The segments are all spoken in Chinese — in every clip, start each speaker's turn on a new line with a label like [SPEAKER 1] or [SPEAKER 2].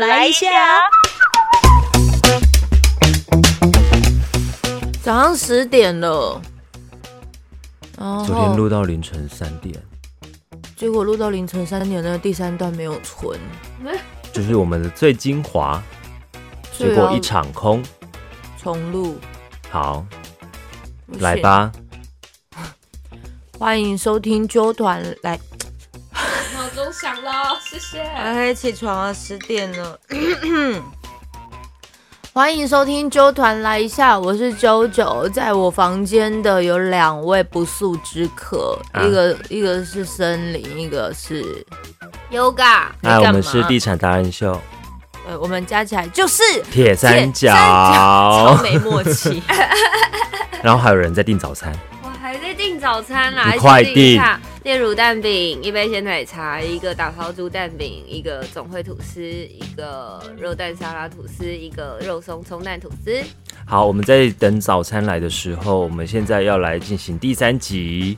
[SPEAKER 1] 来一下。早上十点了，然
[SPEAKER 2] 昨天
[SPEAKER 1] 后
[SPEAKER 2] 录到凌晨三点，
[SPEAKER 1] 结果录到凌晨三点，那个第三段没有存，
[SPEAKER 2] 就是我们的最精华，
[SPEAKER 1] 所
[SPEAKER 2] 结
[SPEAKER 1] 以
[SPEAKER 2] 果
[SPEAKER 1] 要
[SPEAKER 2] 一场空。
[SPEAKER 1] 重录。
[SPEAKER 2] 好，
[SPEAKER 1] 不行
[SPEAKER 2] 来，吧，
[SPEAKER 1] 欢迎收听纠团来。
[SPEAKER 3] 闹钟响了，谢谢。
[SPEAKER 1] 哎，起床啊，十点了。欢迎收听纠团来一下，我是九九，在我房间的有两位不速之客，
[SPEAKER 2] 啊
[SPEAKER 1] 一个一个是森林，一个是
[SPEAKER 3] Yoga，
[SPEAKER 1] 你
[SPEAKER 2] 哎，我
[SPEAKER 1] 干
[SPEAKER 2] 们
[SPEAKER 1] 嘛
[SPEAKER 2] 是地产达人秀
[SPEAKER 1] 呃，我们加起来就是
[SPEAKER 2] 铁三 角，
[SPEAKER 1] 超没默契。
[SPEAKER 2] 然后还有人在订早餐，
[SPEAKER 3] 我还在订早餐啦，
[SPEAKER 2] 你
[SPEAKER 3] 还是
[SPEAKER 2] 快
[SPEAKER 3] 订一下炼乳蛋饼、一杯鲜奶茶、一个打抛猪蛋饼、一个总会吐司、一个肉蛋沙拉吐司、一个肉松葱蛋吐司。
[SPEAKER 2] 好，我们在等早餐来的时候，我们现在要来进行第三集。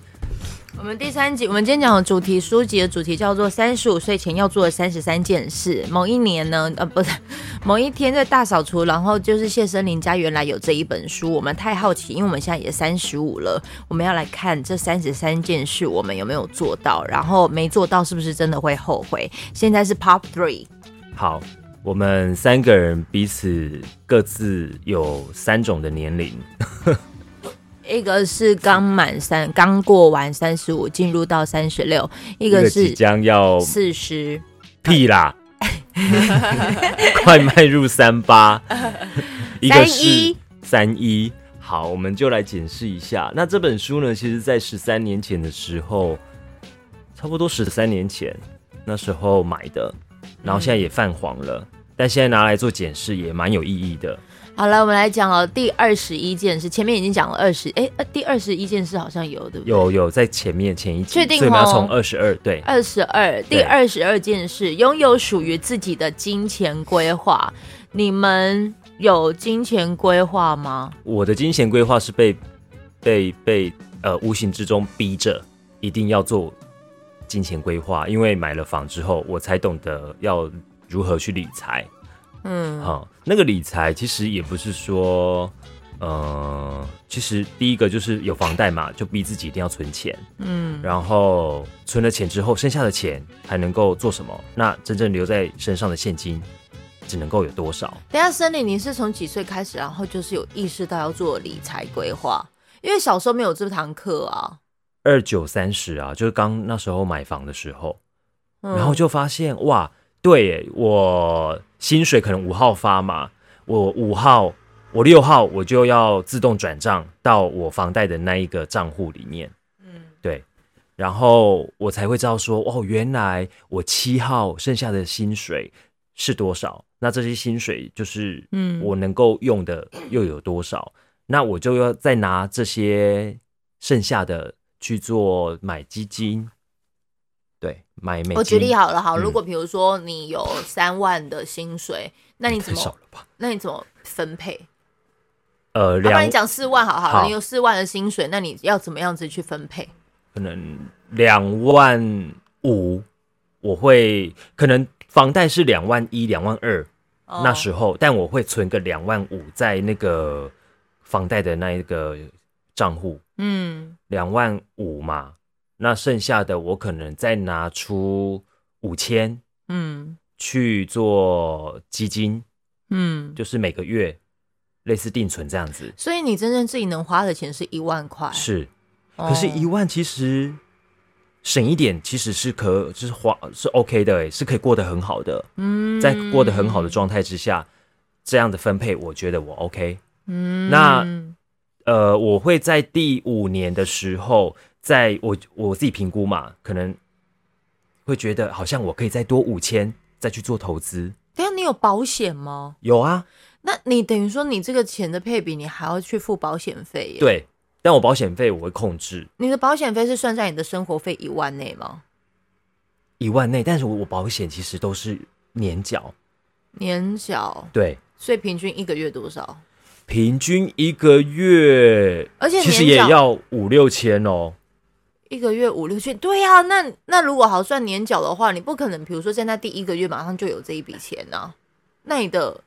[SPEAKER 1] 我们第三集，我们今天讲的主题书籍的主题叫做《三十五岁前要做的三十三件事》。某一年呢，呃，不是， 某一天在大扫除，然后就是谢森林家原来有这一本书，我们太好奇，因为我们现在也三十五了，我们要来看这三十三件事我们有没有做到，然后没做到是不是真的会后悔？现在是 Pop Three，
[SPEAKER 2] 好，我们三个人彼此各自有三种的年龄，
[SPEAKER 1] 一个是刚满三，刚过完三十五，进入到三十六，一
[SPEAKER 2] 一
[SPEAKER 1] 个
[SPEAKER 2] 即
[SPEAKER 1] 是
[SPEAKER 2] 将要
[SPEAKER 1] 四十。
[SPEAKER 2] 屁啦，快迈入三 八，一个是三一。好，我们就来解释一下。那这本书呢，其实在十三年前的时候，差不多十三年前那时候买的，然后现在也泛黄了，但现在拿来做检视也蛮有意义的。
[SPEAKER 1] 好了，我们来讲哦，第二十一件事，前面已经讲了二十，哎，呃第二十一件事好像有对不对？
[SPEAKER 2] 有有在前面前一集，
[SPEAKER 1] 确定
[SPEAKER 2] 所以我们要
[SPEAKER 1] 哦
[SPEAKER 2] 从二十二对。
[SPEAKER 1] 二十二，第
[SPEAKER 2] 对
[SPEAKER 1] 二十二件事，拥有属于自己的金钱规划。你们有金钱规划吗？
[SPEAKER 2] 我的金钱规划是被被被呃无形之中逼着一定要做金钱规划，因为买了房之后，我才懂得要如何去理财。
[SPEAKER 1] 嗯，
[SPEAKER 2] 好、那个理财其实也不是说，呃，其实第一个就是有房贷嘛，就逼自己一定要存钱，嗯，然后存了钱之后，剩下的钱还能够做什么？那真正留在身上的现金，只能够有多少？
[SPEAKER 1] 等一下森林，你是从几岁开始，然后就是有意识到要做理财规划？因为小时候没有这堂课啊。
[SPEAKER 2] 二九三十啊，就是刚那时候买房的时候，
[SPEAKER 1] 嗯
[SPEAKER 2] 然后就发现哇，对耶我薪水可能五号发嘛，我五号、我六号我就要自动转账到我房贷的那一个账户里面，嗯，对，然后我才会知道说，哦，原来我七号剩下的薪水是多少，那这些薪水就是
[SPEAKER 1] 嗯
[SPEAKER 2] 我能够用的又有多少，那我就要再拿这些剩下的去做买基金。对，买美金。
[SPEAKER 1] 我举例好了，好，如
[SPEAKER 2] 嗯
[SPEAKER 1] 果比如说你有三万的薪水，那你怎
[SPEAKER 2] 太少
[SPEAKER 1] 么
[SPEAKER 2] 了吧？
[SPEAKER 1] 那你怎么分配？
[SPEAKER 2] 呃，
[SPEAKER 1] 啊要不然
[SPEAKER 2] 两
[SPEAKER 1] 你讲四万好好了，
[SPEAKER 2] 好
[SPEAKER 1] 你有四万的薪水，那你要怎么样子去分配？
[SPEAKER 2] 可能两万五，我会可能房贷是两万一、两万二、
[SPEAKER 1] 哦
[SPEAKER 2] 那时候，但我会存个两万五在那个房贷的那一个账户，
[SPEAKER 1] 嗯，
[SPEAKER 2] 两万五嘛。那剩下的我可能再拿出五千
[SPEAKER 1] 嗯
[SPEAKER 2] 去做基金，
[SPEAKER 1] 嗯，
[SPEAKER 2] 就是每个月类似定存这样子。
[SPEAKER 1] 所以你真正自己能花的钱是一万块，
[SPEAKER 2] 是，
[SPEAKER 1] 哦
[SPEAKER 2] 可是，一万其实省一点，其实是可就是花是 OK 的，哎，是可以过得很好的。
[SPEAKER 1] 嗯
[SPEAKER 2] 在过得很好的状态之下，这样的分配，我觉得我 OK。
[SPEAKER 1] 嗯
[SPEAKER 2] 那呃，我会在第五年的时候，在我我自己评估嘛，可能会觉得好像我可以再多五千，再去做投资。
[SPEAKER 1] 等一下你有保险吗？
[SPEAKER 2] 有啊，
[SPEAKER 1] 那你等于说你这个钱的配比，你还要去付保险费耶？，
[SPEAKER 2] 对，但我保险费我会控制
[SPEAKER 1] 你的保险费是算在你的生活费一万内吗？
[SPEAKER 2] 一万内，但是我我保险其实都是年缴，
[SPEAKER 1] 年缴，
[SPEAKER 2] 对，
[SPEAKER 1] 所以平均一个月多少？
[SPEAKER 2] 平均一个月，
[SPEAKER 1] 而且
[SPEAKER 2] 其实
[SPEAKER 1] 年
[SPEAKER 2] 也
[SPEAKER 1] 缴
[SPEAKER 2] 要五六千哦。
[SPEAKER 1] 一个月五六千，对呀、那那如果好算年缴的话，你不可能，比如说现在第一个月马上就有这一笔钱呐、那你的，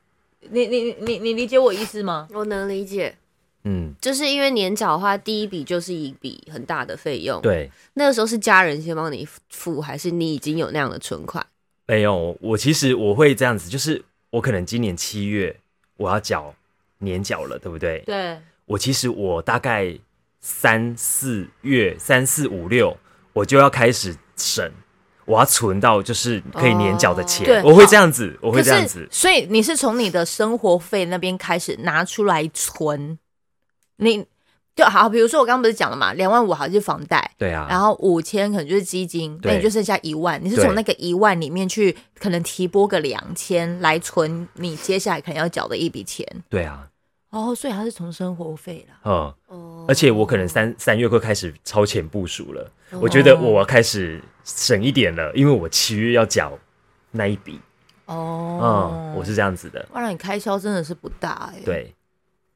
[SPEAKER 1] 你你你你你理解我意思吗？
[SPEAKER 3] 我能理解，
[SPEAKER 2] 嗯，
[SPEAKER 3] 就是因为年缴的话，第一笔就是一笔很大的费用。，
[SPEAKER 2] 对，
[SPEAKER 3] 那个时候是家人先帮你付，还是你已经有那样的存款？
[SPEAKER 2] 没有，我其实我会这样子，就是我可能今年七月我要缴年缴了，对不对？
[SPEAKER 1] 对，
[SPEAKER 2] 我其实我大概三四月、三四五六，我就要开始省，我要存到就是可以年缴的钱，
[SPEAKER 1] 哦对
[SPEAKER 2] 我会这样子，我会
[SPEAKER 1] 可
[SPEAKER 2] 这样
[SPEAKER 1] 是
[SPEAKER 2] 子，，
[SPEAKER 1] 所以你是从你的生活费那边开始拿出来存，你就好，比如说我刚刚不是讲了嘛，两万五好像是房贷，
[SPEAKER 2] 对啊，
[SPEAKER 1] 然后五千可能就是基金，那
[SPEAKER 2] 对
[SPEAKER 1] 你就剩下一万，你是
[SPEAKER 2] 对
[SPEAKER 1] 从那个一万里面去可能提拨个两千来存你接下来可能要缴的一笔钱。
[SPEAKER 2] 对啊，
[SPEAKER 1] 哦，所以他是从生活费啦。
[SPEAKER 2] 嗯，
[SPEAKER 3] 哦
[SPEAKER 2] 而且我可能三三月会开始超前部署了，
[SPEAKER 1] 哦
[SPEAKER 2] 我觉得我要开始省一点了，因为我七月要缴那一笔，
[SPEAKER 1] 哦，
[SPEAKER 2] 嗯，我是这样子的，
[SPEAKER 1] 哇，那你开销真的是不大哎、，
[SPEAKER 2] 对，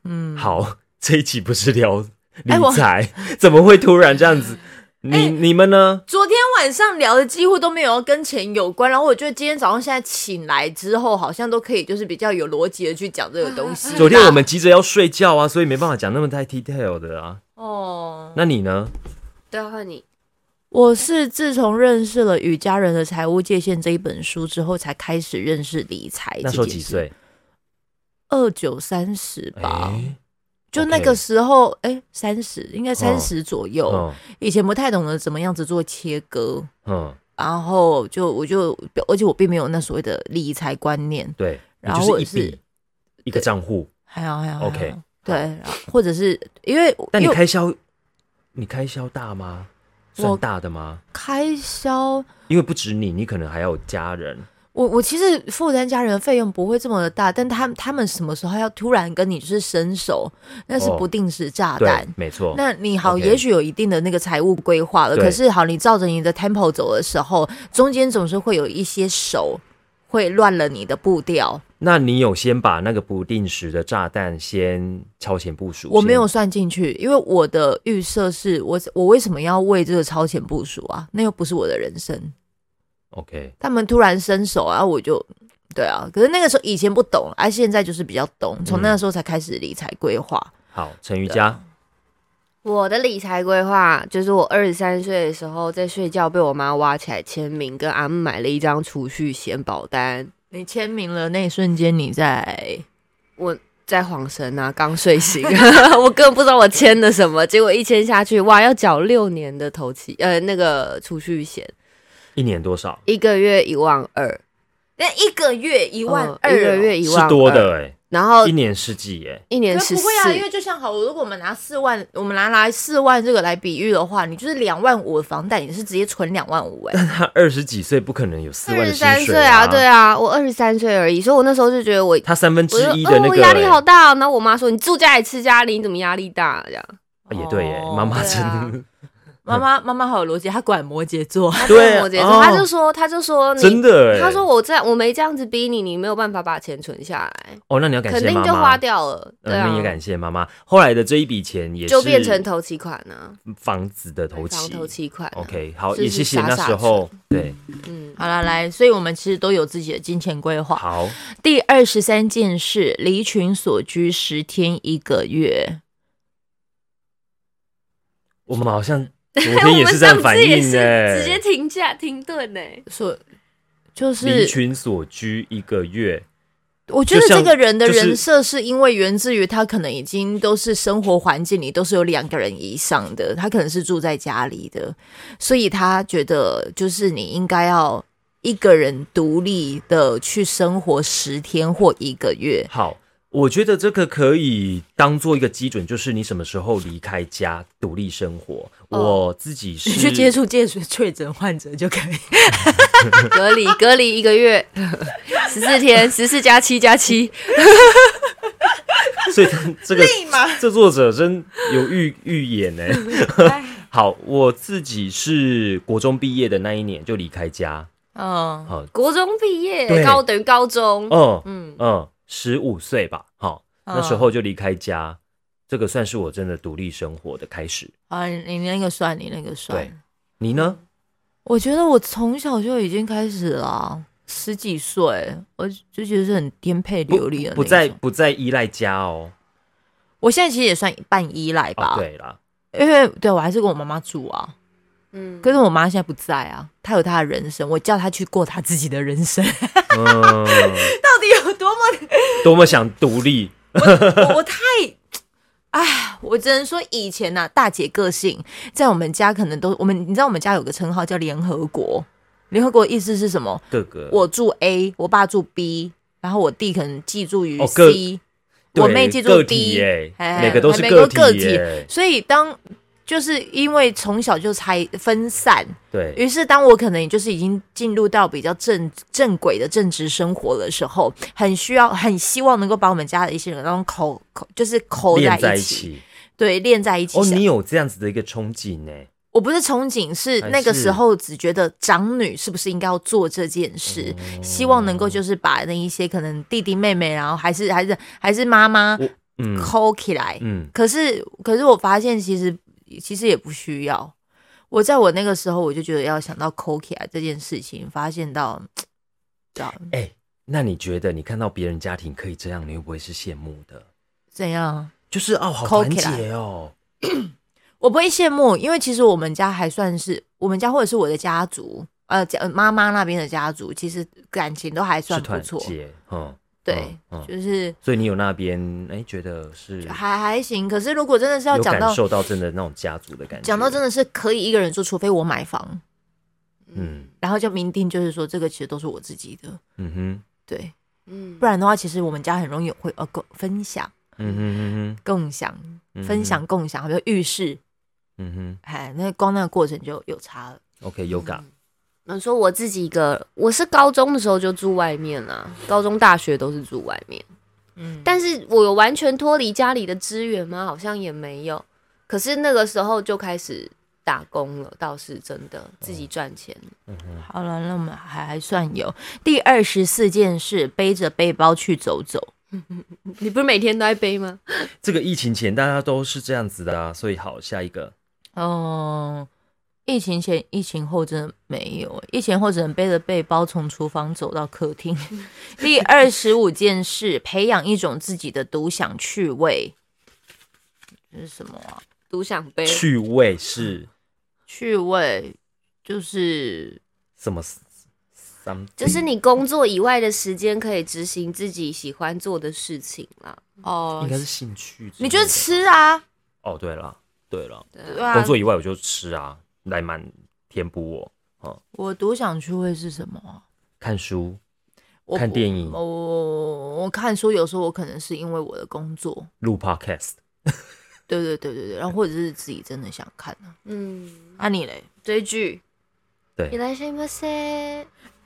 [SPEAKER 1] 嗯，
[SPEAKER 2] 好，这一期不是聊理
[SPEAKER 1] 哎我哎
[SPEAKER 2] 财， 怎么会突然这样子？你、你们呢？
[SPEAKER 1] 昨天晚上聊的几乎都没有要跟钱有关，然后我觉得今天早上现在醒来之后，好像都可以就是比较有逻辑的去讲这个东西啦。
[SPEAKER 2] 昨天我们急着要睡觉啊，所以没办法讲那么太 detail 的啊。
[SPEAKER 1] 哦，
[SPEAKER 2] 那你呢？
[SPEAKER 3] 对啊，换你
[SPEAKER 1] 我是自从认识了《与家人的财务界限》这一本书之后，才开始认识理财。
[SPEAKER 2] 那时候几？岁？
[SPEAKER 1] 二九三十吧，
[SPEAKER 2] 哎
[SPEAKER 1] 就那个时候，哎，三十应该三十左右。
[SPEAKER 2] 嗯
[SPEAKER 1] 以前不太懂得怎么样子做切割，
[SPEAKER 2] 嗯，
[SPEAKER 1] 然后就我就，而且我并没有那所谓的理财观念，
[SPEAKER 2] 对，你
[SPEAKER 1] 然后
[SPEAKER 2] 就
[SPEAKER 1] 我
[SPEAKER 2] 是一
[SPEAKER 1] 也是
[SPEAKER 2] 笔一个账户，
[SPEAKER 1] 还好还好还好
[SPEAKER 2] OK，
[SPEAKER 1] 对，然后或者是因 为
[SPEAKER 2] 但你
[SPEAKER 1] 因为
[SPEAKER 2] 开销，你开销大吗？算
[SPEAKER 1] 我
[SPEAKER 2] 大的吗？
[SPEAKER 1] 开销，
[SPEAKER 2] 因为不止你，你可能还有家人。
[SPEAKER 1] 我我其实负担家人的费用不会这么的大，但他他们什么时候要突然跟你就是伸手，那是
[SPEAKER 2] 哦
[SPEAKER 1] 不定时炸弹
[SPEAKER 2] 对。，没错。
[SPEAKER 1] 那你好
[SPEAKER 2] OK
[SPEAKER 1] 也许有一定的那个财务规划了，
[SPEAKER 2] 对
[SPEAKER 1] 可是好，你照着你的 tempo 走的时候，中间总是会有一些手会乱了你的步调。
[SPEAKER 2] 那你有先把那个不定时的炸弹先超前部署？
[SPEAKER 1] 我没有
[SPEAKER 2] 先，
[SPEAKER 1] 算进去，因为我的预设是我我为什么要为这个超前部署啊？那又不是我的人生。
[SPEAKER 2] OK，
[SPEAKER 1] 他们突然伸手啊，我就对啊。可是那个时候以前不懂，啊，现在就是比较懂，从那个时候才开始理财规划。
[SPEAKER 2] 好，陈瑜佳，
[SPEAKER 3] 我的理财规划就是我二十三岁的时候在睡觉被我妈挖起来签名，跟阿姆买了一张储蓄险保单。
[SPEAKER 1] 你签名了那一瞬间，你在
[SPEAKER 3] 我在晃神啊，刚睡醒， 我根本不知道我签的什么，结果一签下去，哇，要缴六年的头期，呃，那个储蓄险，
[SPEAKER 2] 一年多少？
[SPEAKER 3] 一个月一万二，
[SPEAKER 1] 那一个月一哦
[SPEAKER 3] 嗯一个月一万
[SPEAKER 2] 是多的哎、
[SPEAKER 3] 然后
[SPEAKER 2] 一年四季耶、
[SPEAKER 3] 一年
[SPEAKER 1] 可
[SPEAKER 3] 十
[SPEAKER 1] 是
[SPEAKER 3] 四
[SPEAKER 1] 不，会啊，因为就像好，如果我们拿四万，我们拿来四万这个来比喻的话，你就是两万五的房贷，你是直接存两万五哎、
[SPEAKER 2] 他二十几岁不可能有四万
[SPEAKER 3] 二
[SPEAKER 2] 的
[SPEAKER 3] 十
[SPEAKER 2] 薪
[SPEAKER 3] 三
[SPEAKER 2] 水
[SPEAKER 3] 岁啊，对啊，我二十三岁而已，所以我那时候就觉得我。
[SPEAKER 2] 他三分之
[SPEAKER 3] 我就
[SPEAKER 2] 一的那
[SPEAKER 3] 哦，
[SPEAKER 2] 个、
[SPEAKER 3] 我
[SPEAKER 2] 欸
[SPEAKER 3] 压力好大、哦。然后我妈说：“你住家里吃家里，你怎么压力大、这样
[SPEAKER 2] 啊 也对耶、
[SPEAKER 1] 哦
[SPEAKER 2] 妈妈
[SPEAKER 3] 对
[SPEAKER 2] 真
[SPEAKER 3] 啊
[SPEAKER 2] 的、
[SPEAKER 1] 妈妈妈妈好有逻辑，她果然摩羯座。
[SPEAKER 3] 她
[SPEAKER 2] 对
[SPEAKER 3] 真的摩羯
[SPEAKER 2] 哦
[SPEAKER 3] 座，她就说，她就说你，
[SPEAKER 2] 真的哎、
[SPEAKER 3] 她说我这样我没这样子逼你，你没有办法把钱存下来，
[SPEAKER 2] 哦，那你要感
[SPEAKER 3] 肯
[SPEAKER 2] 谢
[SPEAKER 3] 定
[SPEAKER 2] 妈
[SPEAKER 3] 就花
[SPEAKER 2] 妈，
[SPEAKER 3] 掉了。对
[SPEAKER 2] 嗯
[SPEAKER 3] 啊，
[SPEAKER 2] 那也感谢妈妈。后来的这一笔钱也是
[SPEAKER 3] 就变成头期款啊，
[SPEAKER 2] 房子的头
[SPEAKER 3] 房
[SPEAKER 2] 期。
[SPEAKER 3] 头期款啊、
[SPEAKER 2] OK，好，
[SPEAKER 3] 就是
[SPEAKER 2] 也谢谢
[SPEAKER 3] 傻
[SPEAKER 2] 那
[SPEAKER 3] 傻
[SPEAKER 2] 时候，对，
[SPEAKER 3] 嗯，
[SPEAKER 1] 好啦，来，所以我们其实都有自己的金钱规划。
[SPEAKER 2] 好，
[SPEAKER 1] 第二十三件事，离群所居十天一个月。
[SPEAKER 2] 我们 好像昨
[SPEAKER 3] 哎
[SPEAKER 2] 天也是这样反
[SPEAKER 3] 我们
[SPEAKER 2] 应
[SPEAKER 3] 上次
[SPEAKER 2] 哎、
[SPEAKER 3] 也 是直接停下停顿欸呢、
[SPEAKER 1] 所就
[SPEAKER 2] 离
[SPEAKER 1] 是，
[SPEAKER 2] 群所居一个月，
[SPEAKER 1] 我觉得
[SPEAKER 2] 就像
[SPEAKER 1] 这个人的
[SPEAKER 2] 就是
[SPEAKER 1] 人设是因为源自于他可能已经都是生活环境里都是有两个人以上的，他可能是住在家里的，所以他觉得就是你应该要一个人独立的去生活十天或一个月。
[SPEAKER 2] 好，我觉得这个可以当做一个基准，就是你什么时候离开家独立生活。
[SPEAKER 1] 哦
[SPEAKER 2] 我自己是
[SPEAKER 1] 你去接触接触确诊患者就可以。
[SPEAKER 3] 隔离隔离一个月， 十四天，十四加七加七，
[SPEAKER 2] 所以他这个这作者真有预预演 呢、
[SPEAKER 3] 哎
[SPEAKER 2] 好，我自己是国中毕业的那一年就离开家，
[SPEAKER 1] 嗯，
[SPEAKER 2] 好，
[SPEAKER 3] 国中毕
[SPEAKER 2] 对
[SPEAKER 3] 业，高等于高中，
[SPEAKER 2] 嗯
[SPEAKER 3] 嗯，
[SPEAKER 2] 嗯，十五岁吧，好，那
[SPEAKER 1] 嗯
[SPEAKER 2] 时候就离开家，这个算是我真的独立生活的开始。
[SPEAKER 1] 啊，你你那个算，你那个算
[SPEAKER 2] 对。你呢？
[SPEAKER 1] 我觉得我从小就已经开始了啊，十几岁，我就觉得是很颠沛流离的那
[SPEAKER 2] 不再
[SPEAKER 1] 种
[SPEAKER 2] 不再依赖家哦。
[SPEAKER 1] 我现在其实也算半依赖吧，
[SPEAKER 2] 哦，对啦，
[SPEAKER 1] 因为对我还是跟我妈妈住啊，
[SPEAKER 3] 嗯，
[SPEAKER 1] 可是我妈现在不在啊，她有她的人生，我叫她去过她自己的人生， 到
[SPEAKER 2] 嗯，
[SPEAKER 1] 底有多么
[SPEAKER 2] 多么想独立，
[SPEAKER 1] 我我太，哎，我只能说以前呐、大姐个性在我们家可能都我们，你知道我们家有个称号叫联合国，联合国意思是什么？
[SPEAKER 2] 各个
[SPEAKER 1] 我住 A，我爸住 B，然后我弟可能寄住于
[SPEAKER 2] 哦各
[SPEAKER 1] C，、
[SPEAKER 2] 对
[SPEAKER 1] 我妹寄住
[SPEAKER 2] 个
[SPEAKER 1] D，
[SPEAKER 2] 体耶，
[SPEAKER 1] 哎
[SPEAKER 2] 每个都是
[SPEAKER 1] 每个都
[SPEAKER 2] 体
[SPEAKER 1] 个
[SPEAKER 2] 耶，
[SPEAKER 1] 所以当。就是因为从小就拆分散，
[SPEAKER 2] 对，
[SPEAKER 1] 于是当我可能就是已经进入到比较正正轨的正职生活的时候，很需要、很希望能够把我们家的一些人那种口口就是口
[SPEAKER 2] 练
[SPEAKER 1] 在
[SPEAKER 2] 在
[SPEAKER 1] 一
[SPEAKER 2] 一
[SPEAKER 1] 起，
[SPEAKER 2] 起。
[SPEAKER 1] 对，练在一起。
[SPEAKER 2] 哦，你有这样子的一个憧憬呢？
[SPEAKER 1] 我不是憧憬，是
[SPEAKER 2] 还
[SPEAKER 1] 那个
[SPEAKER 2] 是
[SPEAKER 1] 时候只觉得长女是不是应该要做这件事，
[SPEAKER 2] 哦
[SPEAKER 1] 希望能够就是把那一些可能弟弟妹妹，然后还是还是还是妈妈
[SPEAKER 2] 我嗯
[SPEAKER 1] 抠起来。
[SPEAKER 2] 嗯，
[SPEAKER 1] 可是可是我发现其实其实也不需要。我在我那个时候我就觉得要想到抠起来这件事情，发现到，知道
[SPEAKER 2] 哎、那你觉得你看到别人家庭可以这样，你会不会是羡慕的？
[SPEAKER 1] 怎样？
[SPEAKER 2] 就是哦，好
[SPEAKER 1] 抠
[SPEAKER 2] 团
[SPEAKER 1] 起来
[SPEAKER 2] 结哦，
[SPEAKER 1] 我不会羡慕，因为其实我们家还算是我们家或者是我的家族，呃，家妈妈那边的家族，其实感情都还
[SPEAKER 2] 是
[SPEAKER 1] 算不
[SPEAKER 2] 团
[SPEAKER 1] 错。
[SPEAKER 2] 结，嗯，
[SPEAKER 1] 对，
[SPEAKER 2] 嗯嗯
[SPEAKER 1] 就是
[SPEAKER 2] 所以你有那边哎、觉得是
[SPEAKER 1] 还还行。可是如果真的是要
[SPEAKER 2] 有
[SPEAKER 1] 讲
[SPEAKER 2] 感
[SPEAKER 1] 到
[SPEAKER 2] 受到真的那种家族的感觉，
[SPEAKER 1] 讲到真
[SPEAKER 2] 的，
[SPEAKER 1] 的是可以一个人住，除非我买房，
[SPEAKER 2] 嗯
[SPEAKER 1] 然后就明定就是说这个其实都是我自己的，
[SPEAKER 2] 嗯哼，
[SPEAKER 1] 对，
[SPEAKER 3] 嗯
[SPEAKER 1] 不然的话其实我们家很容易会呃共分享、
[SPEAKER 2] 嗯哼嗯
[SPEAKER 1] 共享、
[SPEAKER 2] 哼，
[SPEAKER 1] 分享、共享，比如浴室，
[SPEAKER 2] 嗯哼，嗯
[SPEAKER 1] 哎，那光那个过程就有差了。
[SPEAKER 2] 哼，OK，有感，
[SPEAKER 3] 我嗯说我自己一个，我是高中的时候就住外面啦、高中、大学都是住外面。
[SPEAKER 1] 嗯，
[SPEAKER 3] 但是我有完全脱离家里的资源吗？好像也没有。可是那个时候就开始打工了，倒是真的自己赚钱。
[SPEAKER 1] 好了，那我们还还算有第二十四件事，背着背包去走走。
[SPEAKER 3] 你不是每天都在背吗？
[SPEAKER 2] 这个疫情前大家都是这样子的啊，所以好，下一个，
[SPEAKER 1] 嗯，疫情前、疫情后真的没有，疫情后只能背着背包从厨房走到客厅。第二十五件事，培养一种自己的独享趣味。这是什么啊？
[SPEAKER 3] 独享背，
[SPEAKER 2] 趣味是
[SPEAKER 1] 趣味就是
[SPEAKER 2] 什么？something？
[SPEAKER 3] 就是你工作以外的时间可以执行自己喜欢做的事情啦。
[SPEAKER 1] 哦
[SPEAKER 2] 应该是兴趣之类的，
[SPEAKER 1] 你就是吃啊？
[SPEAKER 2] 哦，对了，对了，
[SPEAKER 1] 对啊
[SPEAKER 2] 工，作以外我就吃啊，来满填补我。
[SPEAKER 1] 我独享趣味是什么啊、
[SPEAKER 2] 看书，
[SPEAKER 1] 我
[SPEAKER 2] 看电影
[SPEAKER 1] 我我我看书有时候我可能是因为我的工作，
[SPEAKER 2] 录 podcast，
[SPEAKER 1] 对对对对对，然后或者是自己真的想看啊。
[SPEAKER 3] 嗯，
[SPEAKER 1] 啊你嘞？
[SPEAKER 3] 追剧。
[SPEAKER 2] 对
[SPEAKER 3] 你来什么噻？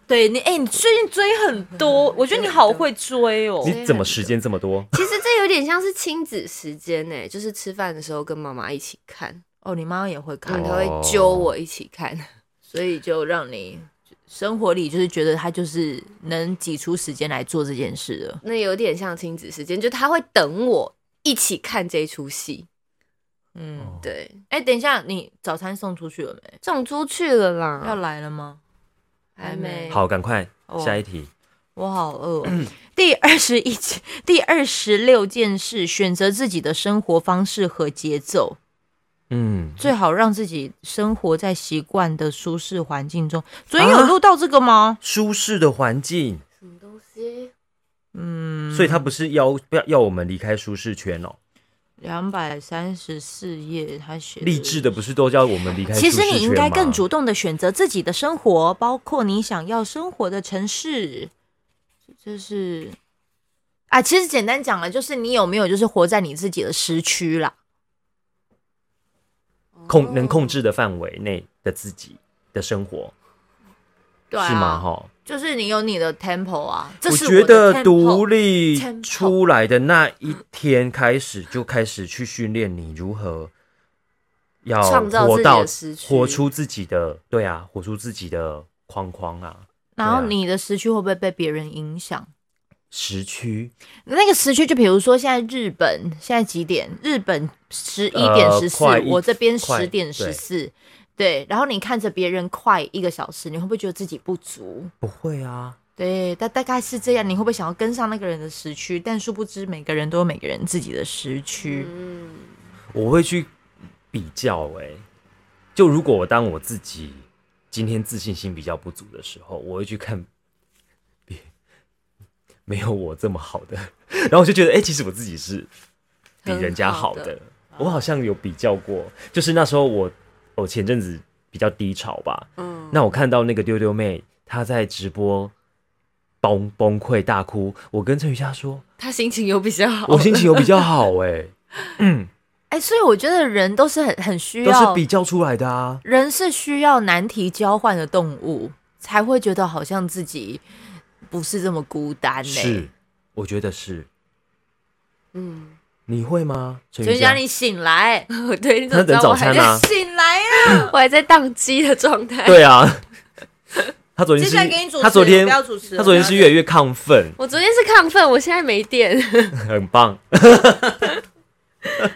[SPEAKER 1] 对你，哎、你最近追很多，我觉得你好会追哦
[SPEAKER 2] 你怎么时间这么多？
[SPEAKER 3] 其实这有点像是亲子时间呢、就是吃饭的时候跟妈妈一起看，
[SPEAKER 1] 哦，你妈妈也会
[SPEAKER 3] 她
[SPEAKER 1] 看，
[SPEAKER 2] 嗯
[SPEAKER 3] 会揪我一起看。
[SPEAKER 1] 所以就让你生活里就是觉得她就是能挤出时间来做这件事了。
[SPEAKER 3] 那有点像亲子时间，就他会等我一起看这一出戏。
[SPEAKER 1] 嗯，
[SPEAKER 2] 哦
[SPEAKER 3] 对，
[SPEAKER 1] 哎、等一下，你早餐送出去了没？
[SPEAKER 3] 送出去了
[SPEAKER 1] 要
[SPEAKER 3] 啦，
[SPEAKER 1] 来了吗？
[SPEAKER 3] 还没
[SPEAKER 2] 好，赶快
[SPEAKER 1] 哦
[SPEAKER 2] 下一题。
[SPEAKER 1] 我好饿、哦。第二十一件， 第二十六件事，选择自己的生活方式和节奏。
[SPEAKER 2] 嗯，
[SPEAKER 1] 最好让自己生活在习惯的舒适环境中。昨天有录到这个吗？
[SPEAKER 2] 舒适的环境，
[SPEAKER 3] 什么东西？
[SPEAKER 1] 嗯，
[SPEAKER 2] 所以他不是要不要要我们离开舒适圈哦？
[SPEAKER 1] 两百三十四页，他写
[SPEAKER 2] 励志。的不是都叫我们离开舒
[SPEAKER 1] 其
[SPEAKER 2] 适圈
[SPEAKER 1] 实
[SPEAKER 2] 吗？
[SPEAKER 1] 你应该更主动的选择自己的生活，包括你想要生活的城市。这是啊，其实简单讲了，就是你有没有就是活在你自己的时区啦。
[SPEAKER 2] 控能控制的范围内的自己的生活
[SPEAKER 1] 对啊，
[SPEAKER 2] 是吗？哈，
[SPEAKER 1] 就是你有你的 tempo 啊，这
[SPEAKER 2] 我
[SPEAKER 1] 是
[SPEAKER 2] 觉
[SPEAKER 1] 的
[SPEAKER 2] 得独
[SPEAKER 1] tempo
[SPEAKER 2] 立啊
[SPEAKER 1] tempo
[SPEAKER 2] 出来的那一天开始，就开始去训练你如何要
[SPEAKER 3] 创造自
[SPEAKER 2] 活
[SPEAKER 3] 己
[SPEAKER 2] 到
[SPEAKER 3] 的时区
[SPEAKER 2] 活出自己的，对啊，活出自己的框框啊，
[SPEAKER 1] 然后
[SPEAKER 2] 对啊
[SPEAKER 1] 你的时区会不会被别人影响？
[SPEAKER 2] 时区
[SPEAKER 1] 那个时区，就比如说现在日本现在几点？日本十一点
[SPEAKER 2] 呃
[SPEAKER 1] 十四
[SPEAKER 2] 快，一
[SPEAKER 1] 我这边
[SPEAKER 2] 快
[SPEAKER 1] 十点
[SPEAKER 2] 对
[SPEAKER 1] 十四，对，然后你看着别人快一个小时，你会不会觉得自己不足？
[SPEAKER 2] 不会啊，
[SPEAKER 1] 对，大大概是这样。你会不会想要跟上那个人的时区？但殊不知，每个人都有每个人自己的时区。
[SPEAKER 3] 嗯，
[SPEAKER 2] 我会去比较哎、就如果我当我自己今天自信心比较不足的时候，我会去看别 没有我这么好的， 然后我就觉得哎、其实我自己是比人家好的。
[SPEAKER 3] 很好的
[SPEAKER 2] 我好像有比较过，就是那时候我我前阵子比较低潮吧，
[SPEAKER 3] 嗯
[SPEAKER 2] 那我看到那个丢丢妹她在直播崩崩溃大哭，我跟陈雨佳说，
[SPEAKER 3] 他心情有比较好，
[SPEAKER 2] 我心情有比较好哎、
[SPEAKER 1] 哎、所以我觉得人都是很很需
[SPEAKER 2] 都
[SPEAKER 1] 要，
[SPEAKER 2] 是比较出来的啊。
[SPEAKER 1] 人是需要难题交换的动物，才会觉得好像自己不是这么孤单欸呢、
[SPEAKER 2] 是，我觉得是。
[SPEAKER 3] 嗯，
[SPEAKER 2] 你会吗？陈
[SPEAKER 1] 所以
[SPEAKER 2] 瑜
[SPEAKER 1] 叫
[SPEAKER 2] 佳，
[SPEAKER 1] 你醒来，
[SPEAKER 2] 啊
[SPEAKER 3] 对，你怎么
[SPEAKER 2] 他等
[SPEAKER 3] 知道我
[SPEAKER 2] 早
[SPEAKER 3] 还
[SPEAKER 2] 餐
[SPEAKER 3] 在、
[SPEAKER 2] 啊
[SPEAKER 1] 醒来啊！
[SPEAKER 3] 我还在宕机的状态？
[SPEAKER 2] 对啊， 他昨天
[SPEAKER 1] 接
[SPEAKER 2] 是
[SPEAKER 1] 下来给你主持，
[SPEAKER 2] 他昨天
[SPEAKER 1] 不要主持，
[SPEAKER 2] 他昨天是越来越亢奋，
[SPEAKER 3] 我昨天是亢奋，我现在没电。
[SPEAKER 2] 很棒。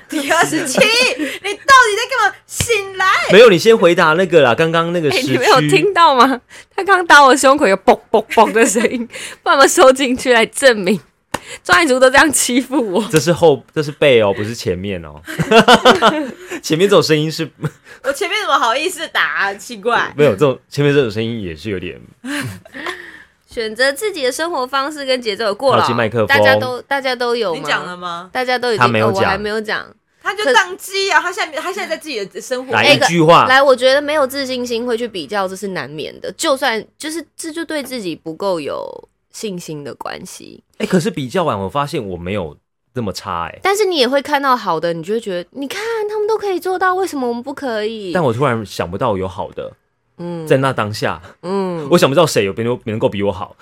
[SPEAKER 1] 第二十七，你到底在干嘛？醒来！
[SPEAKER 2] 没有，你先回答那个啦，刚刚那个
[SPEAKER 3] 哎、
[SPEAKER 2] 时区，
[SPEAKER 3] 你没有听到吗？他刚打我胸口有嘣嘣嘣的声音， 把我们收进去来证明，专业族都这样欺负我。
[SPEAKER 2] 这是后，这是背哦，不是前面 哦。前面这种声音是。
[SPEAKER 1] 我前面怎么好意思打、啊？奇怪
[SPEAKER 2] 没有这种，前面这种声音也是有点
[SPEAKER 3] 选择自己的生活方式跟节奏有过了
[SPEAKER 2] 靠近麦克风，
[SPEAKER 3] 大家都大家都有吗？
[SPEAKER 4] 你讲了吗？
[SPEAKER 3] 大家都已经
[SPEAKER 2] 他没有
[SPEAKER 3] 哦我
[SPEAKER 2] 讲
[SPEAKER 3] 还没有讲。
[SPEAKER 4] 他就
[SPEAKER 3] 可
[SPEAKER 4] 宕机啊！他现在他现在在自己的生活
[SPEAKER 2] 来
[SPEAKER 3] 哎
[SPEAKER 2] 一句话，
[SPEAKER 3] 来，我觉得没有自信心会去比较，这是难免的。就算就是这就对自己不够有信心的关系，
[SPEAKER 2] 哎，可是比较晚，我发现我没有这么差哎，
[SPEAKER 3] 但是你也会看到好的，你就会觉得，你看他们都可以做到，为什么我们不可以？
[SPEAKER 2] 但我突然想不到有好的，
[SPEAKER 3] 嗯
[SPEAKER 2] 在那当下，
[SPEAKER 3] 嗯，
[SPEAKER 2] 我想不到谁有别人能够比我好。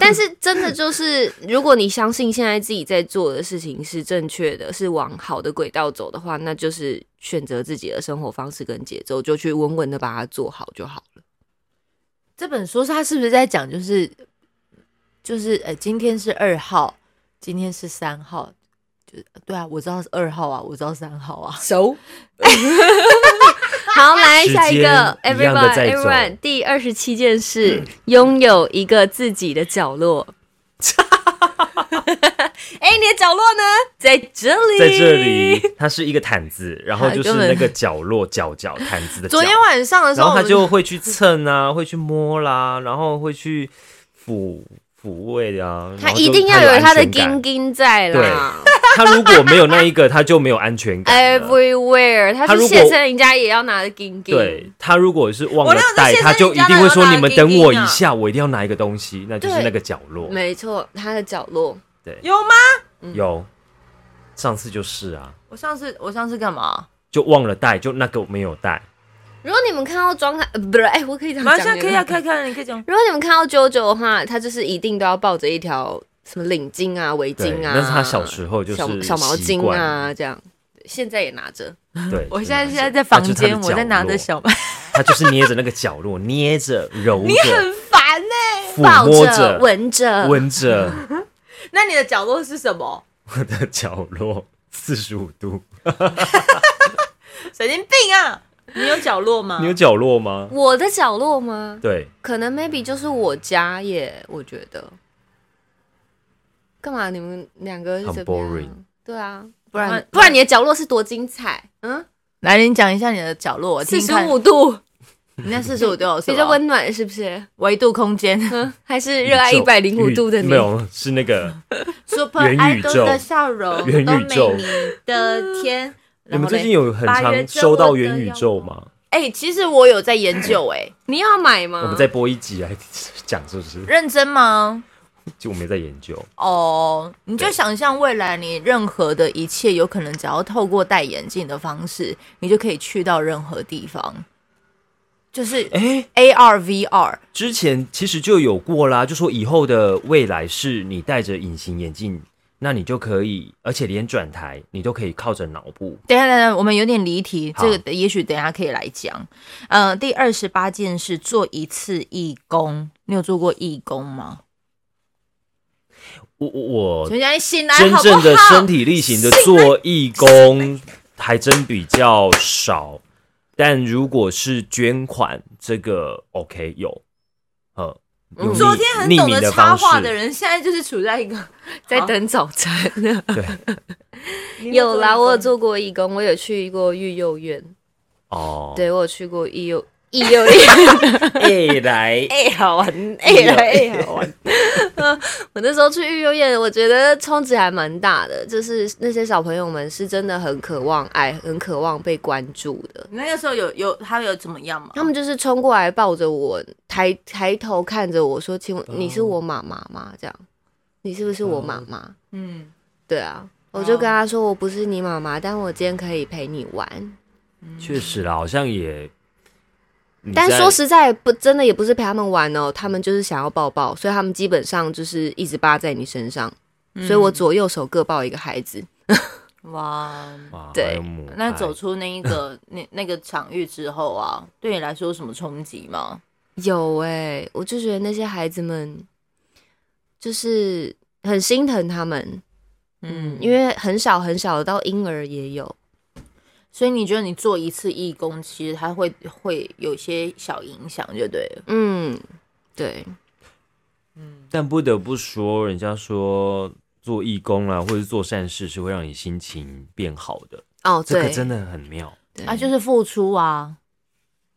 [SPEAKER 3] 但是真的就是，如果你相信现在自己在做的事情是正确的，是往好的轨道走的话，那就是选择自己的生活方式跟节奏，就去稳稳的把它做好就好了。
[SPEAKER 1] 这本书是他是不是在讲就是就是呃，今天是二号，今天是三号，就对啊，我知道是二号啊，我知道三号啊，
[SPEAKER 3] 熟。 好，来
[SPEAKER 2] 时间
[SPEAKER 3] 下一个
[SPEAKER 2] 一样的在走
[SPEAKER 3] ，everyone，everyone，第二十七件事，拥有一个自己的角落。 哎、你的角落呢？在这里，
[SPEAKER 2] 在这里，它是一个毯子，然后就是
[SPEAKER 1] 根本
[SPEAKER 2] 那个角落角角毯子的 角
[SPEAKER 1] 昨，天晚上的时
[SPEAKER 2] 然
[SPEAKER 1] 候，
[SPEAKER 2] 后
[SPEAKER 1] 我们
[SPEAKER 2] 他就会去蹭啊，会去摸啦，然后会去抚抚慰啊。
[SPEAKER 3] 他
[SPEAKER 2] 然后就
[SPEAKER 3] 一定要有他
[SPEAKER 2] 他
[SPEAKER 3] 的
[SPEAKER 2] 安全
[SPEAKER 3] 金
[SPEAKER 2] 感
[SPEAKER 3] 金在啦。
[SPEAKER 2] 他如果没有那一个，他就没有安全
[SPEAKER 3] 哎
[SPEAKER 2] 感 了。
[SPEAKER 3] everywhere，他
[SPEAKER 2] 他
[SPEAKER 3] 去
[SPEAKER 2] 如果
[SPEAKER 3] 现身人家也要拿着金金。
[SPEAKER 2] 对他如果是忘
[SPEAKER 4] 我那
[SPEAKER 2] 了
[SPEAKER 4] 时候
[SPEAKER 2] 带，
[SPEAKER 4] 先
[SPEAKER 2] 他
[SPEAKER 4] 生
[SPEAKER 2] 就一
[SPEAKER 4] 家
[SPEAKER 2] 定
[SPEAKER 4] 哪
[SPEAKER 2] 会
[SPEAKER 4] 有
[SPEAKER 2] 说
[SPEAKER 4] 拿
[SPEAKER 2] 你们
[SPEAKER 4] 金
[SPEAKER 2] 等
[SPEAKER 4] 金
[SPEAKER 2] 我一
[SPEAKER 4] 啊
[SPEAKER 2] 下，我一定要拿一个东西，那就是
[SPEAKER 3] 对
[SPEAKER 2] 那个角落。
[SPEAKER 3] 没错，他的角落
[SPEAKER 2] 对，
[SPEAKER 4] 有吗？
[SPEAKER 2] 有上次就是啊，
[SPEAKER 1] 我上次我上次干嘛？
[SPEAKER 2] 就忘了带，就那个没有带。
[SPEAKER 3] 如果你们看到庄汉，呃不是，哎、我可以这样
[SPEAKER 4] 马
[SPEAKER 3] 讲。
[SPEAKER 4] 上可以啊，可以可以，你可以讲。
[SPEAKER 3] 如果你们看到啾啾的话，他就是一定都要抱着一条什么领巾啊、围巾
[SPEAKER 2] 对
[SPEAKER 3] 啊。
[SPEAKER 2] 那是他小时候就是
[SPEAKER 3] 小小毛
[SPEAKER 2] 习
[SPEAKER 3] 巾
[SPEAKER 2] 惯
[SPEAKER 3] 啊，这样。现在也拿着，
[SPEAKER 2] 对，
[SPEAKER 1] 我
[SPEAKER 2] 是
[SPEAKER 1] 现在
[SPEAKER 2] 那
[SPEAKER 1] 现
[SPEAKER 2] 个
[SPEAKER 1] 在在
[SPEAKER 2] 它
[SPEAKER 1] 房
[SPEAKER 2] 就是它的
[SPEAKER 1] 间，我在拿
[SPEAKER 2] 角落
[SPEAKER 1] 着，小
[SPEAKER 2] 他就是捏着那个角落，捏着揉着，
[SPEAKER 1] 烦呢、
[SPEAKER 2] 抚摸着、
[SPEAKER 3] 闻欸着，
[SPEAKER 2] 闻着
[SPEAKER 4] 那你的角落是什么？
[SPEAKER 2] 我的角落，四十五度。
[SPEAKER 4] 神经病啊！你有角落吗
[SPEAKER 3] 啊
[SPEAKER 2] 你？有角落吗？
[SPEAKER 3] 我的角落吗？
[SPEAKER 2] 对，
[SPEAKER 3] 可能 maybe 就是我家耶，我觉得。干嘛？你们两个是
[SPEAKER 2] 很
[SPEAKER 3] 怎么样
[SPEAKER 2] boring
[SPEAKER 3] 对啊，
[SPEAKER 1] 不
[SPEAKER 3] 不然
[SPEAKER 1] 然
[SPEAKER 3] 不然你的角落是多精彩？嗯，
[SPEAKER 1] 来你讲一下你的角落，我
[SPEAKER 3] 四
[SPEAKER 1] 听
[SPEAKER 3] 十
[SPEAKER 1] 看，
[SPEAKER 3] 五度
[SPEAKER 1] 你那四十五都有什
[SPEAKER 3] 比较
[SPEAKER 1] 么？
[SPEAKER 3] 温暖，是不是？
[SPEAKER 1] 啊维度空 间
[SPEAKER 3] 嗯，还是热爱
[SPEAKER 2] 宇
[SPEAKER 3] 一
[SPEAKER 2] 宙
[SPEAKER 3] 百零五
[SPEAKER 2] 宇
[SPEAKER 3] 度的你？
[SPEAKER 2] 没有，是那个
[SPEAKER 1] ，Super
[SPEAKER 2] 元宇宙
[SPEAKER 1] Idol 的笑容，
[SPEAKER 2] 元宇宙
[SPEAKER 1] 都没你的天。
[SPEAKER 2] 你们最近
[SPEAKER 1] 有
[SPEAKER 2] 有很
[SPEAKER 1] 八月这
[SPEAKER 2] 常收到
[SPEAKER 1] 我的
[SPEAKER 2] 元宇
[SPEAKER 1] 要
[SPEAKER 2] 宙吗？
[SPEAKER 1] 哎、其实我有在研究哎、
[SPEAKER 3] 你要买吗？
[SPEAKER 2] 我们再播一集来讲，是不是？
[SPEAKER 1] 认真吗？
[SPEAKER 2] 就我没在研究，
[SPEAKER 1] 哦，你就
[SPEAKER 2] 对
[SPEAKER 1] 想象未来你任何的一切，有可能只要透过戴眼镜的方式，你就可以去到任何地方，就是
[SPEAKER 3] 嗯
[SPEAKER 2] 哎、
[SPEAKER 1] AR VR。
[SPEAKER 2] 之前其实就有过啦，就说以后的未来是你戴着隐形眼镜，那你就可以，而且连转台你都可以靠着脑部。
[SPEAKER 1] 等一下，等一下，我们有点离题，
[SPEAKER 2] 好
[SPEAKER 1] 这个也许等一下可以来讲。呃，第二十八件事，做一次义工，你有做过义工吗？
[SPEAKER 2] 我我我
[SPEAKER 1] 陈佳，你醒来
[SPEAKER 2] 真
[SPEAKER 1] 好不
[SPEAKER 2] 正的
[SPEAKER 1] 好
[SPEAKER 2] 身？体力行的做义工还真比较少，但如果是捐款，这个 OK 有，呃，用
[SPEAKER 1] 嗯昨
[SPEAKER 2] 匿
[SPEAKER 1] 天很
[SPEAKER 2] 匿
[SPEAKER 1] 懂
[SPEAKER 2] 名
[SPEAKER 1] 得
[SPEAKER 2] 的
[SPEAKER 1] 插
[SPEAKER 2] 方
[SPEAKER 1] 画
[SPEAKER 2] 式，
[SPEAKER 1] 的人，现在就是处在一个
[SPEAKER 3] 在等早餐。
[SPEAKER 2] 对，
[SPEAKER 3] 啊有啦，我有做过义工，我有去过育幼院，
[SPEAKER 2] 哦，
[SPEAKER 3] 对我有去过育幼育幼院，
[SPEAKER 2] 哎 来，
[SPEAKER 3] 哎，好 玩，哎
[SPEAKER 2] 育幼
[SPEAKER 3] 来，哎，好玩。 我那时候去育幼院，我觉得冲击还蛮大的，就是那些小朋友们是真的很渴望爱，很渴望被关注的。
[SPEAKER 1] 你那个时候有有他有怎么样吗？
[SPEAKER 3] 他们就是冲过来抱着我，抬抬头看着我说：“请问
[SPEAKER 2] 哦
[SPEAKER 3] 你是我妈妈吗？”这样，你是不是我妈妈？
[SPEAKER 1] 嗯，
[SPEAKER 3] 对啊，我
[SPEAKER 2] 哦
[SPEAKER 3] 就跟他说：“我不是你妈妈，但我今天可以陪你玩。
[SPEAKER 2] 确实啦，好像也，”你
[SPEAKER 3] 但
[SPEAKER 2] 在
[SPEAKER 3] 说实在，不真的也不是陪他们玩哦，他们就是想要抱抱，所以他们基本上就是一直扒在你身上，
[SPEAKER 2] 嗯
[SPEAKER 1] 嗯
[SPEAKER 3] 所以我左右手各抱一个孩子。
[SPEAKER 1] 哇，
[SPEAKER 2] 哇
[SPEAKER 3] 对
[SPEAKER 2] 还有母
[SPEAKER 1] 那
[SPEAKER 2] 爱
[SPEAKER 1] 走出那一
[SPEAKER 2] 哎
[SPEAKER 1] 个那那个场域之后啊，对你来说有什么冲击吗？
[SPEAKER 3] 有哎、我就觉得那些孩子们就是很心疼他们，嗯，因为很小很小到婴儿也有。
[SPEAKER 1] 所以你觉得你做一次义工，其实它会会有一些小影响，就对了。
[SPEAKER 3] 嗯，对，
[SPEAKER 2] 但不得不说，人家说做义工啦，或者是做善事，是会让你心情变好的，
[SPEAKER 3] 哦，
[SPEAKER 2] 这个
[SPEAKER 3] 对，
[SPEAKER 2] 真的很妙。
[SPEAKER 3] 对
[SPEAKER 1] 啊，就是付出啊，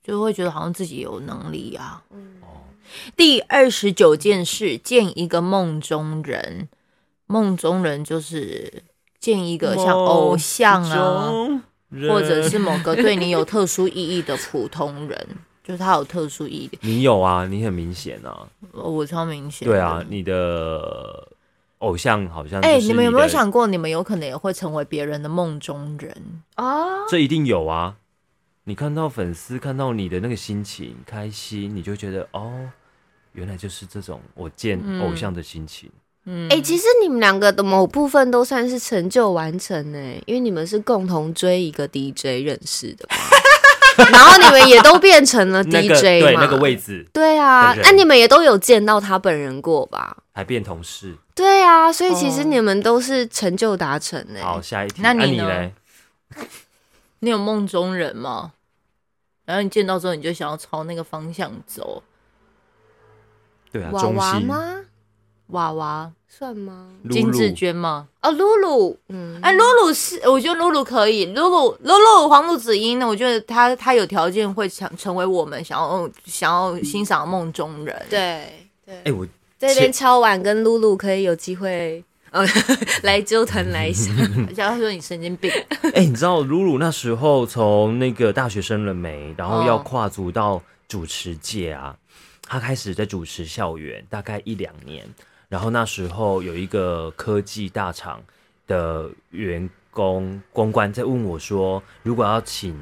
[SPEAKER 1] 就会觉得好像自己有能力啊。第二十九件事，见一个梦中人。梦中人就是见一个像偶像啊，
[SPEAKER 2] 梦中人，
[SPEAKER 1] 或者是某个 对你有特殊意义的普通人，就是他有特殊意义。
[SPEAKER 2] 你有啊，你很明显啊，
[SPEAKER 1] 呃我超明显。
[SPEAKER 2] 对啊，，你的偶像好像
[SPEAKER 1] 哎、
[SPEAKER 2] 就是
[SPEAKER 1] 你们有没有
[SPEAKER 2] 的
[SPEAKER 1] 想过，你们有可能也会成为别人的梦中人？
[SPEAKER 4] 哦，
[SPEAKER 2] 这一定有啊！你看到粉丝看到你的那个心情开心，你就觉得哦，原来就是这种我见偶像的心情。
[SPEAKER 1] 嗯，
[SPEAKER 3] 哎、其实你们两个的某部分都算是成就完成呢、因为你们是共同追一个 DJ 认识的嘛， 然后你们也都变成了
[SPEAKER 2] 那个
[SPEAKER 3] DJ
[SPEAKER 2] 对
[SPEAKER 3] 嘛，
[SPEAKER 2] 那个位置
[SPEAKER 3] 对啊，
[SPEAKER 2] 本人
[SPEAKER 3] 那、你们也都有见到他本人过吧？
[SPEAKER 2] 还变同事。
[SPEAKER 3] 对啊，所以其实
[SPEAKER 1] 哦
[SPEAKER 3] 你们都是成就达成呢、
[SPEAKER 2] 好，下一题，
[SPEAKER 1] 那
[SPEAKER 2] 啊
[SPEAKER 1] 你
[SPEAKER 2] 你
[SPEAKER 1] 呢
[SPEAKER 2] 来，
[SPEAKER 1] 你有梦中人吗？然后你见到之后，你就想要朝那个方向走。
[SPEAKER 2] 对啊，
[SPEAKER 3] 娃
[SPEAKER 2] 中
[SPEAKER 3] 娃
[SPEAKER 2] 心
[SPEAKER 3] 吗？
[SPEAKER 1] 娃娃
[SPEAKER 3] 算吗？
[SPEAKER 2] 露
[SPEAKER 1] 金志
[SPEAKER 2] 露，
[SPEAKER 1] 娟吗？
[SPEAKER 3] 哦，露露，嗯，
[SPEAKER 2] 啊
[SPEAKER 1] 哎，露露是，我觉得露露可以，露露露露黄露子英呢，我觉得她她有条件会成成为我们想要想要欣赏的梦中人。，
[SPEAKER 3] 对对，
[SPEAKER 2] 哎，我
[SPEAKER 3] 这边敲碗跟露露可以有机会，呃， 来纠团来一 下。
[SPEAKER 2] 嗯
[SPEAKER 1] 假如说你神经病，
[SPEAKER 2] 哎，你知道露露那时候从那个大学生了没，然后要
[SPEAKER 3] 嗯
[SPEAKER 1] 哦
[SPEAKER 2] 跨足到主持界啊，她开始在主持校园大概一两年，然后那时候有一个科技大厂的员工公关在问我说，如果要请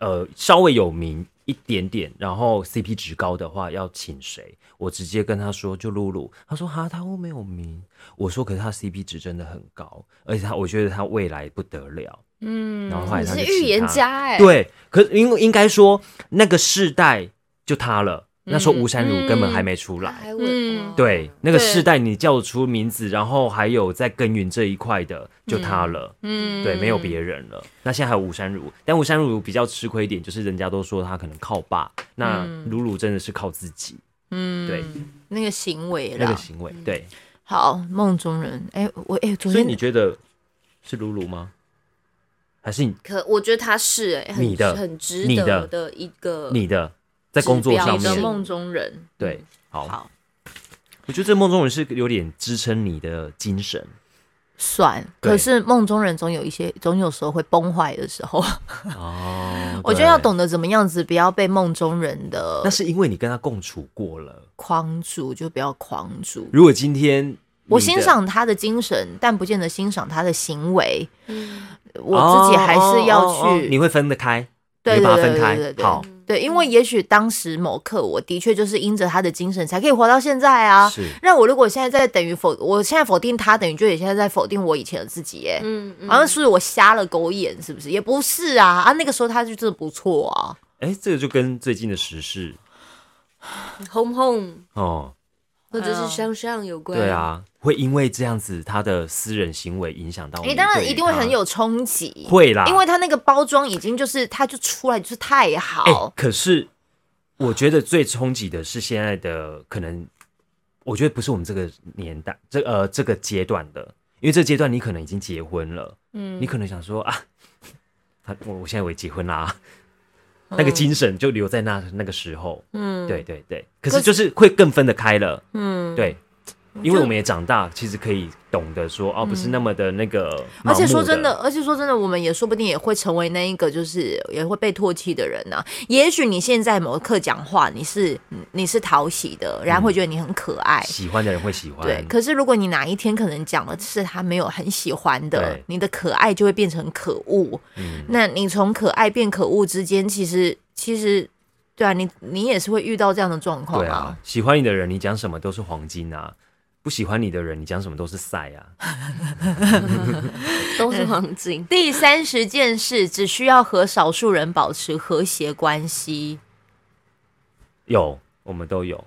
[SPEAKER 2] 呃稍微有名一点点，然后 CP 值高的话，要请谁？我直接跟他说就露露，他说哈，他又没有名，我说可是他 CP 值真的很高，而且他我觉得他未来不得了，嗯，然后后来
[SPEAKER 3] 你
[SPEAKER 2] 他
[SPEAKER 3] 是
[SPEAKER 2] 就
[SPEAKER 3] 预
[SPEAKER 2] 请
[SPEAKER 3] 言
[SPEAKER 2] 他
[SPEAKER 3] 家哎、，
[SPEAKER 2] 对，可是应应该说那个世代就他了，那时候吴山如根本还没出来。
[SPEAKER 3] 还我、
[SPEAKER 1] 嗯
[SPEAKER 2] 对，那个
[SPEAKER 1] 对
[SPEAKER 2] 世代你叫得出名字，然后还有在耕耘这一块的，就他了。
[SPEAKER 1] 嗯，
[SPEAKER 2] 对，没有别人了。那现在还有吴山如，但吴山如比较吃亏一点，就是人家都说他可能靠爸，那鲁鲁真的是靠自己，
[SPEAKER 1] 嗯，
[SPEAKER 2] 对，
[SPEAKER 1] 那个行为
[SPEAKER 2] 那个
[SPEAKER 1] 啦。
[SPEAKER 2] 行为，对。
[SPEAKER 1] 好，梦中人，哎，我哎，昨
[SPEAKER 2] 所以
[SPEAKER 1] 天
[SPEAKER 2] 你觉得是鲁鲁吗？还是你
[SPEAKER 3] 可我觉得他是哎、很
[SPEAKER 2] 你的
[SPEAKER 3] 很值
[SPEAKER 2] 你
[SPEAKER 3] 得
[SPEAKER 2] 的
[SPEAKER 3] 的一
[SPEAKER 1] 呃
[SPEAKER 3] 个
[SPEAKER 2] 你的在工作上
[SPEAKER 1] 你的
[SPEAKER 2] 面？
[SPEAKER 1] 梦中人，
[SPEAKER 2] 对，好，
[SPEAKER 1] 嗯好
[SPEAKER 2] 我觉得这梦中人是有点支撑你的精神，
[SPEAKER 1] 算，
[SPEAKER 2] 对
[SPEAKER 1] 可是梦中人总有一些，总有时候会崩坏的时 候。
[SPEAKER 2] 哦，
[SPEAKER 1] 我觉得要。懂得怎么样子，不要被梦中人的
[SPEAKER 2] 那是因为你跟他共处过了。
[SPEAKER 1] 框住，就不要框住。
[SPEAKER 2] 如果今天
[SPEAKER 1] 我
[SPEAKER 2] 你
[SPEAKER 1] 欣
[SPEAKER 2] 的，
[SPEAKER 1] 赏他的精神，但不见得欣赏他的行为。
[SPEAKER 3] 嗯
[SPEAKER 1] 我自己还是要
[SPEAKER 2] 哦哦哦哦你
[SPEAKER 1] 去
[SPEAKER 2] 会分得开，
[SPEAKER 1] 对
[SPEAKER 2] 你会把它
[SPEAKER 1] 对对
[SPEAKER 2] 分开。
[SPEAKER 1] 对对
[SPEAKER 2] 好，
[SPEAKER 1] 对，因为也许当时某刻，我的确就是因着他的精神，才可以活到现在啊。
[SPEAKER 2] 是
[SPEAKER 1] 那我如果现在在等于否，我现在否定他，等于就也现在在否定我以前的自己耶、
[SPEAKER 3] 嗯嗯，
[SPEAKER 1] 好像是我瞎了狗眼，是不是？也不是啊，啊，那个时候他就真的不错啊。
[SPEAKER 2] 哎，这个就跟最近的时事
[SPEAKER 3] home home
[SPEAKER 2] 哦，
[SPEAKER 3] 或者是向上有关。
[SPEAKER 2] 对，啊，会因为这样子他的私人行为影响到
[SPEAKER 1] 你
[SPEAKER 2] 你
[SPEAKER 1] 当然
[SPEAKER 2] 哦对
[SPEAKER 1] 一定会
[SPEAKER 2] 他
[SPEAKER 1] 很有冲击，
[SPEAKER 2] 会啊啦，
[SPEAKER 1] 因为它那个包装已经就是它就出来就是太
[SPEAKER 2] 哎、
[SPEAKER 1] 好，
[SPEAKER 2] 可是我觉得最冲击的是现在的可能，我觉得不是我们这个年代，这呃这个阶段的，因为这阶段你可能已经结婚了，嗯，你可能想说啊，他我我现在我也结婚啦、
[SPEAKER 1] 嗯
[SPEAKER 2] 那个精神就留在那那个时候，嗯，对对对，可是就是会更分得开了，嗯，对。因为我们也长大，其实可以懂得说，哦，不是那么的那个盲目。
[SPEAKER 1] 嗯而且说真的，而且说真的，我们也说不定也会成为那一个，就是也会被唾弃的人呢、也许你现在某一刻讲话，你是你是讨喜的，人家会觉得你很可爱，
[SPEAKER 2] 嗯喜欢的人会喜欢，
[SPEAKER 1] 对。可是如果你哪一天可能讲的是他没有很喜欢的
[SPEAKER 2] 对，
[SPEAKER 1] 你的可爱就会变成可恶。
[SPEAKER 2] 嗯
[SPEAKER 1] 那你从可爱变可恶之间，其实其实对啊，你你也是会遇到这样的状况
[SPEAKER 2] 对啊，喜欢你的人，你讲什么都是黄金啊；不喜欢你的人，你讲什么都是塞啊。
[SPEAKER 3] 都是黄金。
[SPEAKER 1] 第三十件事，只需要和少数人保持和谐关系。
[SPEAKER 2] 有，我们都有，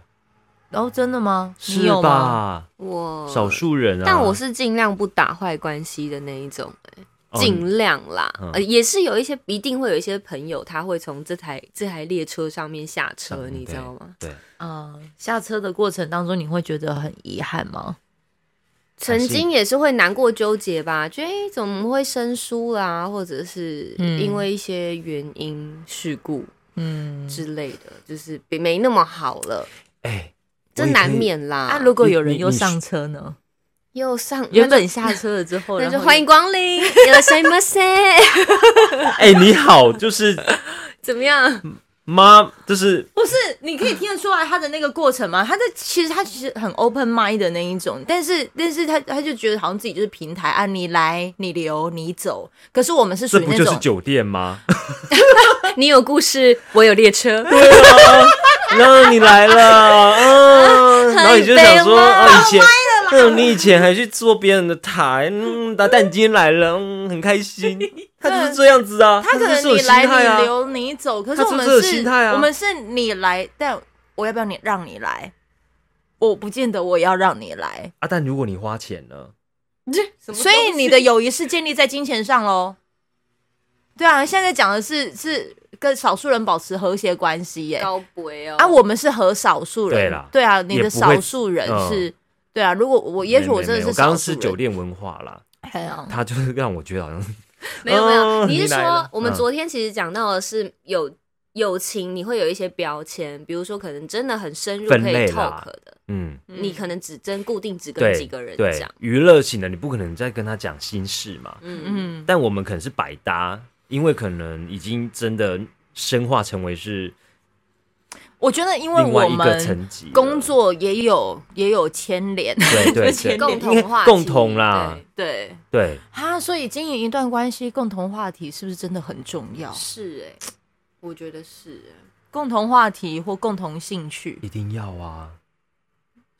[SPEAKER 1] 哦，真的吗？你
[SPEAKER 2] 是
[SPEAKER 1] 有吗？
[SPEAKER 2] 吧？
[SPEAKER 3] 我
[SPEAKER 2] 少数人啊，
[SPEAKER 3] 哦但我是尽量不打坏关系的那一种，
[SPEAKER 2] 哦
[SPEAKER 3] 尽量啦。
[SPEAKER 2] 嗯
[SPEAKER 3] 呃，也是有一些，一定会有一些朋友，他会从这台这台列车上面下车，
[SPEAKER 2] 嗯
[SPEAKER 3] 你知
[SPEAKER 2] 对
[SPEAKER 3] 道吗？
[SPEAKER 2] 对，
[SPEAKER 1] 啊、下车的过程当中，你会觉得很遗憾
[SPEAKER 2] 嗯
[SPEAKER 1] 吗？
[SPEAKER 3] 曾经也是会难过纠结吧，觉得哎、诶怎么会生疏啦，或者是
[SPEAKER 1] 嗯
[SPEAKER 3] 因为一些原因、事故
[SPEAKER 1] 嗯，
[SPEAKER 3] 之类的，就是比没那么好了，
[SPEAKER 2] 哎，
[SPEAKER 3] 这
[SPEAKER 2] 我也可以
[SPEAKER 3] 难。免啦。
[SPEAKER 1] 那、如果有人
[SPEAKER 2] 你
[SPEAKER 1] 又
[SPEAKER 2] 你
[SPEAKER 1] 上车呢？
[SPEAKER 3] 啊又上，
[SPEAKER 1] 原
[SPEAKER 3] 那
[SPEAKER 1] 本下车了之后，
[SPEAKER 3] 就那就
[SPEAKER 1] 然后
[SPEAKER 3] 欢迎光 临，有谁么谁？
[SPEAKER 2] 哎，你好，就是
[SPEAKER 3] 怎么样？
[SPEAKER 2] 妈，就是
[SPEAKER 1] 不是，你可以听得出来他的那个过程吗？他的其实他其实很 open mind 的那一种，但是但是他他就觉得好像自己就是平台啊，你来你留你走，可是我们是属
[SPEAKER 2] 这
[SPEAKER 1] 于
[SPEAKER 2] 不
[SPEAKER 1] 那
[SPEAKER 2] 就是
[SPEAKER 1] 种
[SPEAKER 2] 酒店吗？
[SPEAKER 3] 你有故事，我有列车。
[SPEAKER 2] 对啊，然后你来了，嗯，然后你就想说，哦，以前，嗯，你以前还去做别人的台，嗯，但但你今天来了，嗯，很开心。他就是这样子啊，
[SPEAKER 1] 他可
[SPEAKER 2] 就是
[SPEAKER 1] 能
[SPEAKER 2] 有
[SPEAKER 1] 你
[SPEAKER 2] 心
[SPEAKER 1] 来
[SPEAKER 2] 态啊
[SPEAKER 1] 你。留你走，可是
[SPEAKER 2] 他
[SPEAKER 1] 我
[SPEAKER 2] 就是
[SPEAKER 1] 们
[SPEAKER 2] 这个
[SPEAKER 1] 是，
[SPEAKER 2] 心态啊
[SPEAKER 1] 我们是你来，但我要不要你让你来？我不见得我要让你来，
[SPEAKER 2] 啊，但如果你花钱呢？
[SPEAKER 1] 所以你的友谊是建立在金钱上喽。对啊，现在讲的是是跟少数人保持和谐关系耶、
[SPEAKER 3] 高博哦
[SPEAKER 1] 啊，我们是和少数人，
[SPEAKER 2] 对啦
[SPEAKER 1] 啊，你的
[SPEAKER 2] 也不会
[SPEAKER 1] 少数人
[SPEAKER 2] 嗯
[SPEAKER 1] 是，对啊，如果我也许
[SPEAKER 2] 没
[SPEAKER 1] 我真的
[SPEAKER 2] 没
[SPEAKER 1] 是
[SPEAKER 2] 我刚
[SPEAKER 1] 少
[SPEAKER 2] 刚
[SPEAKER 1] 数
[SPEAKER 2] 是
[SPEAKER 1] 人，
[SPEAKER 2] 酒店文化啦，
[SPEAKER 1] 哎呀
[SPEAKER 2] 他就是让我觉得好像
[SPEAKER 3] 没有没有，
[SPEAKER 2] 哦
[SPEAKER 3] 你是
[SPEAKER 2] 你来
[SPEAKER 3] 说
[SPEAKER 2] 了
[SPEAKER 3] 我们
[SPEAKER 2] 嗯
[SPEAKER 3] 昨天其实讲到的是友友情，你会有一些标签，比如说可能真的很深入
[SPEAKER 2] 分
[SPEAKER 3] 可以
[SPEAKER 2] 类
[SPEAKER 3] talk
[SPEAKER 2] 啦
[SPEAKER 3] 的，
[SPEAKER 2] 嗯，
[SPEAKER 3] 你可能只针固定只跟
[SPEAKER 2] 对
[SPEAKER 3] 几个人
[SPEAKER 2] 对
[SPEAKER 3] 讲，，
[SPEAKER 2] 娱乐型的你不可能再跟他讲心事嘛。
[SPEAKER 3] 嗯，
[SPEAKER 1] 嗯，
[SPEAKER 2] 但我们可能是百搭，因为可能已经真的深化成为是
[SPEAKER 1] 我觉得因为
[SPEAKER 2] 另外
[SPEAKER 1] 我
[SPEAKER 2] 一个
[SPEAKER 1] 们
[SPEAKER 2] 层级了
[SPEAKER 1] 工，作也有也有牵连，
[SPEAKER 2] 对对
[SPEAKER 1] 牵
[SPEAKER 2] 对，
[SPEAKER 1] 连
[SPEAKER 3] 嗯共同话题
[SPEAKER 2] 共同啦
[SPEAKER 3] 对
[SPEAKER 1] 对。
[SPEAKER 2] 对，
[SPEAKER 1] 啊，所以经营一段关系，共同话题是不是真的很重要？
[SPEAKER 3] 是哎、我觉得是欸、
[SPEAKER 1] 共同话题或共同兴趣，
[SPEAKER 2] 一定要啊。
[SPEAKER 1] 嗯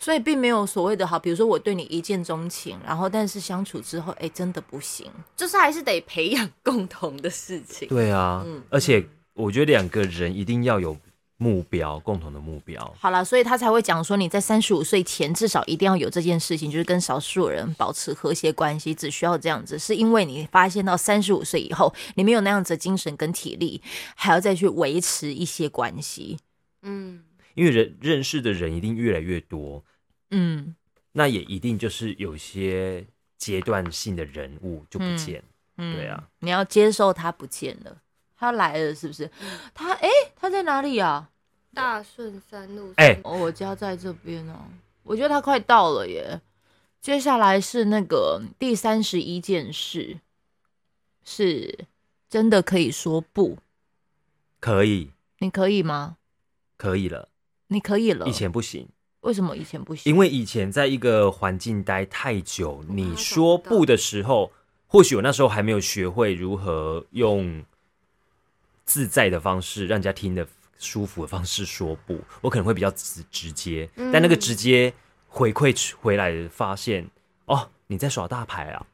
[SPEAKER 1] 所以并没有所谓的好，比如说我对你一见钟情，然后但是相处之后，哎、真的不行。
[SPEAKER 3] 就是还是得培养共同的事情。
[SPEAKER 2] 对啊，
[SPEAKER 3] 嗯
[SPEAKER 2] 而且我觉得两个人一定要有目标，共同的目标。
[SPEAKER 1] 好啦，所以他才会讲说，你在三十五岁前至少一定要有这件事情，就是跟少数人保持和谐关系，只需要这样子，是因为你发现到三十五岁以后，你没有那样子的精神跟体力，还要再去维持一些关系。
[SPEAKER 3] 嗯，
[SPEAKER 2] 因为人认识的人一定越来越多，
[SPEAKER 1] 嗯
[SPEAKER 2] 那也一定就是有些阶段性的人物就不见。
[SPEAKER 1] 嗯
[SPEAKER 2] 对啊，
[SPEAKER 1] 你要接受他不见了，他来了是不是？他哎、他在哪里啊？
[SPEAKER 3] 大顺三路
[SPEAKER 2] 哎
[SPEAKER 1] 哦，我家在这边哦，我觉得他快到了耶。接下来是那个第三十一件事，是真的可以说不。
[SPEAKER 2] 可以，
[SPEAKER 1] 你可以吗？
[SPEAKER 2] 可以了。
[SPEAKER 1] 你可以了。
[SPEAKER 2] 以前不行，
[SPEAKER 1] 为什么以前不行？
[SPEAKER 2] 因为以前在一个环境待太久，你
[SPEAKER 3] 懂
[SPEAKER 2] 说
[SPEAKER 3] 懂
[SPEAKER 2] 不的时候，或许我那时候还没有学会如何用自在的方式，让人家听的舒服的方式说不，我可能会比较直直接，但那个直接回馈出回来的发现，哦，你在耍大牌啊！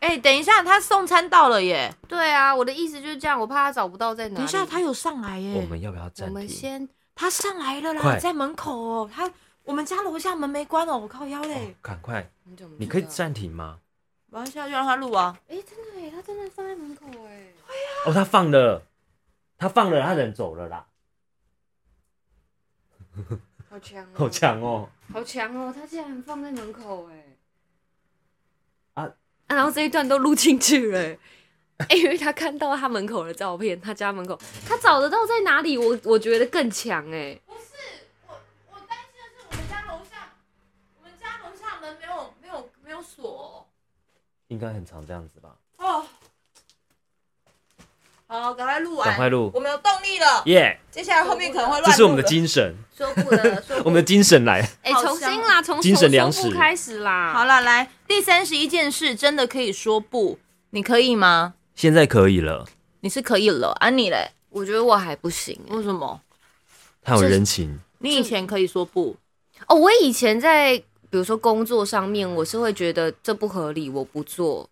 [SPEAKER 1] 哎、等一下，他送餐到了耶！
[SPEAKER 3] 对啊，我的意思就是这样，我怕他找不到在哪里。
[SPEAKER 1] 等一下，他有上来耶！
[SPEAKER 2] 嗯我们要不要
[SPEAKER 3] 我
[SPEAKER 2] 暂
[SPEAKER 3] 们
[SPEAKER 2] 停？哦
[SPEAKER 3] 先
[SPEAKER 1] 他上来了啦，
[SPEAKER 2] 快
[SPEAKER 1] 在门口哦。他
[SPEAKER 4] 我们家楼下门没关哦，我靠腰嘞！
[SPEAKER 2] 赶快，
[SPEAKER 3] 你怎么知道
[SPEAKER 2] 你可以暂停吗？
[SPEAKER 4] 我要下去让他录啊。
[SPEAKER 3] 哎、真的哎，他真的放在门口哎。
[SPEAKER 2] 哦，他放了，他放了，他人走了啦，
[SPEAKER 3] 好强、哦
[SPEAKER 2] 好，强哦！
[SPEAKER 3] 好强哦！他竟然放在门口哎、
[SPEAKER 2] 啊
[SPEAKER 3] 然后这一段都录进去了、 欸，哎因为他看到他门口的照片，他家门口，他找得到在哪里？我我觉得更强哎、
[SPEAKER 4] 我担心的是我们家楼下，我们家楼下门没有没有没有锁
[SPEAKER 2] 应该很常这样子吧？
[SPEAKER 4] 哦。哦好，赶快录完，
[SPEAKER 2] 赶快录
[SPEAKER 4] 我们有动力了。
[SPEAKER 2] 耶、
[SPEAKER 4] 接下来后面可能会乱。
[SPEAKER 2] 这是我们的，精神，
[SPEAKER 4] 说不得，说
[SPEAKER 2] 我
[SPEAKER 4] 不
[SPEAKER 2] 们的精神来，
[SPEAKER 3] 哎、
[SPEAKER 4] 好
[SPEAKER 3] 重
[SPEAKER 4] 香
[SPEAKER 3] 新啦，从
[SPEAKER 2] 精神粮食
[SPEAKER 3] 从胸部开始啦。
[SPEAKER 1] 好了，来第三十一件事，真的可以说不？你可以吗？
[SPEAKER 2] 现在可以了，
[SPEAKER 1] 你是可以了，啊你嘞？
[SPEAKER 3] 我觉得我还不行欸、
[SPEAKER 1] 为什么？
[SPEAKER 2] 他有人情，
[SPEAKER 1] 你以前可以说不，
[SPEAKER 3] 哦，我以前在比如说工作上面，我是会觉得这不合理，我不做，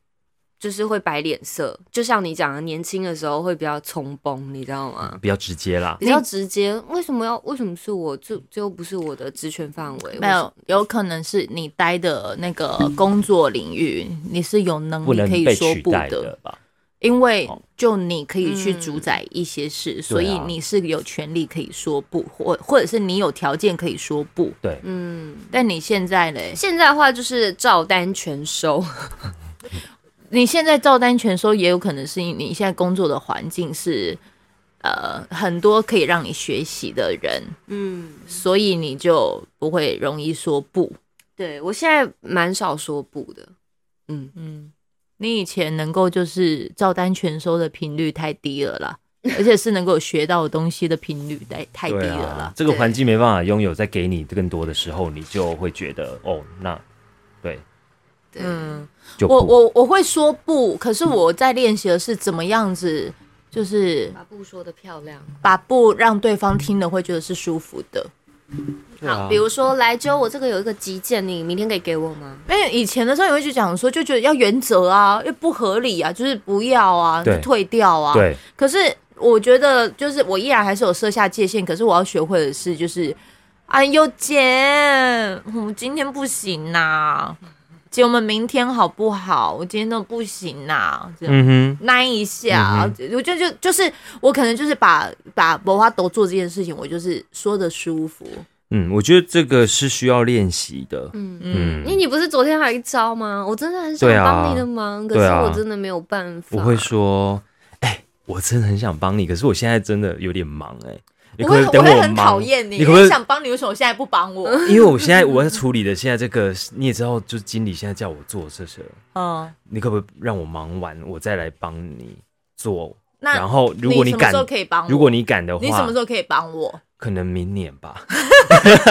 [SPEAKER 3] 就是会摆脸色。就像你讲的，年轻的时候会比较冲崩，你知道吗？
[SPEAKER 2] 比较直接啦。
[SPEAKER 3] 比较直接，为什么要？为什么是我？这这又不是我的职权范围。
[SPEAKER 1] 没有，有可能是你待的那个工作领域，嗯你是有能
[SPEAKER 2] 不
[SPEAKER 1] 力
[SPEAKER 2] 能
[SPEAKER 1] 可以
[SPEAKER 2] 被
[SPEAKER 1] 说
[SPEAKER 2] 取
[SPEAKER 1] 不
[SPEAKER 2] 代
[SPEAKER 1] 的，
[SPEAKER 2] 吧？
[SPEAKER 1] 因为
[SPEAKER 2] 哦
[SPEAKER 1] 就你可以去
[SPEAKER 3] 嗯
[SPEAKER 1] 主宰一些事，所以
[SPEAKER 2] 对啊
[SPEAKER 1] 你是有权利可以说不，或或者是你有条件可以说不。
[SPEAKER 2] 对，
[SPEAKER 3] 我是嗯，
[SPEAKER 1] 但你现在嘞，
[SPEAKER 3] 现在的话就是照单全收。
[SPEAKER 1] 你现在照单全收，也有可能是因为你现在工作的环境是，呃，很多可以让你学习的人，
[SPEAKER 3] 嗯，
[SPEAKER 1] 所以你就不会容易说不。
[SPEAKER 3] 对我现在蛮少说不的。嗯，
[SPEAKER 1] 嗯，你以前能够就是照单全收的频率太低了 啦，而且是能够学到的东西的频率太太低
[SPEAKER 2] 对
[SPEAKER 1] 了
[SPEAKER 2] 啊
[SPEAKER 1] 啦，。
[SPEAKER 2] 这个
[SPEAKER 3] 对
[SPEAKER 2] 环境没办法拥有，在给你更多的时候，你就会觉得哦，那对
[SPEAKER 3] 对，
[SPEAKER 1] 嗯，
[SPEAKER 2] 就
[SPEAKER 1] 我
[SPEAKER 2] 不
[SPEAKER 1] 我我会说不，可是我在练习的是怎么样子，就是
[SPEAKER 3] 把不说的漂亮。
[SPEAKER 1] 把不让对方听的会觉得是舒服的。
[SPEAKER 2] 对啊
[SPEAKER 3] 比如说来揪我这个有一个急件，你明天可以给我吗？
[SPEAKER 1] 因为以前的时候你会去讲说，就觉得要原则啊，又不合理啊，就是不要啊，
[SPEAKER 2] 对
[SPEAKER 1] 就退掉啊。。
[SPEAKER 2] 对
[SPEAKER 1] 可是我觉得，就是我依然还是有设下界限，可是我要学会的是，就是，哎呦姐，我今天不行呐、姐我们明天好不好？我今天都不行呐、这样。
[SPEAKER 2] 嗯
[SPEAKER 1] 拉一下
[SPEAKER 2] 嗯，
[SPEAKER 1] 我就就就是我可能就是把把博花都做这件事情，我就是说的舒服，
[SPEAKER 2] 哼，嗯，我觉得这个是需要练习的。
[SPEAKER 3] 嗯
[SPEAKER 2] 嗯
[SPEAKER 3] 因为你不是昨天还有一招吗？我真的很想
[SPEAKER 2] 对啊
[SPEAKER 3] 帮你的忙，可
[SPEAKER 2] 对
[SPEAKER 3] 是
[SPEAKER 2] 啊
[SPEAKER 3] 我真的没有办法。
[SPEAKER 2] 我
[SPEAKER 1] 啊
[SPEAKER 2] 会说，哎、我真的很想帮你，可是我现在真的有点忙、哎，你
[SPEAKER 1] 我
[SPEAKER 2] 可不可
[SPEAKER 1] 会
[SPEAKER 2] 以等
[SPEAKER 1] 我会很
[SPEAKER 2] 忙
[SPEAKER 1] 讨厌你，
[SPEAKER 2] 你可不
[SPEAKER 1] 我
[SPEAKER 2] 可以嗯
[SPEAKER 1] 很？想帮你，为什么我现在不帮我？
[SPEAKER 2] 因为我现在我要处理的现在这个，你也知道，就是经理现在叫我做这些，
[SPEAKER 1] 嗯，
[SPEAKER 2] 你可不可以让我忙完，我再来帮你做？
[SPEAKER 1] 那
[SPEAKER 2] 然后如果
[SPEAKER 1] 你
[SPEAKER 2] 你
[SPEAKER 1] 什么
[SPEAKER 2] 敢
[SPEAKER 1] 时，候可以帮我？
[SPEAKER 2] 如果你敢的话，
[SPEAKER 1] 你什么时候可以帮我？
[SPEAKER 2] 可能明年吧，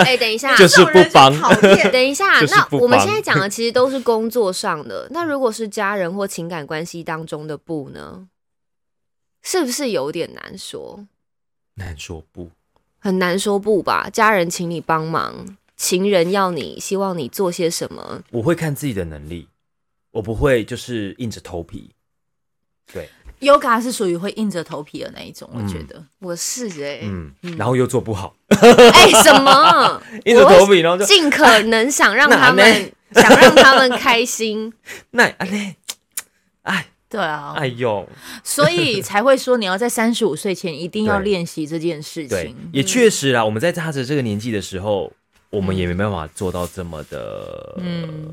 [SPEAKER 3] 哎、等一下，
[SPEAKER 2] 就是不帮。
[SPEAKER 3] 等一下，
[SPEAKER 2] 就是
[SPEAKER 3] 那
[SPEAKER 2] 不
[SPEAKER 3] 我们
[SPEAKER 2] 帮
[SPEAKER 3] 现在讲的其实都是工作上的。那如果是家人或情感关系当中的不呢？是不是有点难说？
[SPEAKER 2] 难说不，
[SPEAKER 3] 很难说不吧？家人请你帮忙，情人要你希望你做些什么？
[SPEAKER 2] 我会看自己的能力，我不会就是硬着头皮。对，
[SPEAKER 1] Yoga 是属于会硬着头皮的那一种，我
[SPEAKER 2] 嗯
[SPEAKER 1] 觉得。
[SPEAKER 3] 我是哎、
[SPEAKER 2] 嗯，然后又做不好，
[SPEAKER 3] 哎、什 么？
[SPEAKER 2] 硬着头皮，然后就
[SPEAKER 3] 尽可能想让他
[SPEAKER 2] 那呢
[SPEAKER 3] 们想让他们开心。
[SPEAKER 2] 那啊那，哎
[SPEAKER 1] 对啊，
[SPEAKER 2] 哎呦，
[SPEAKER 1] 所以才会说你要在三十五岁前一定要
[SPEAKER 2] 对
[SPEAKER 1] 练习这件事
[SPEAKER 2] 对
[SPEAKER 1] 情，。
[SPEAKER 2] 也确实啦，我们在他的这个年纪的时候，我们也没办法做到这么的，
[SPEAKER 1] 嗯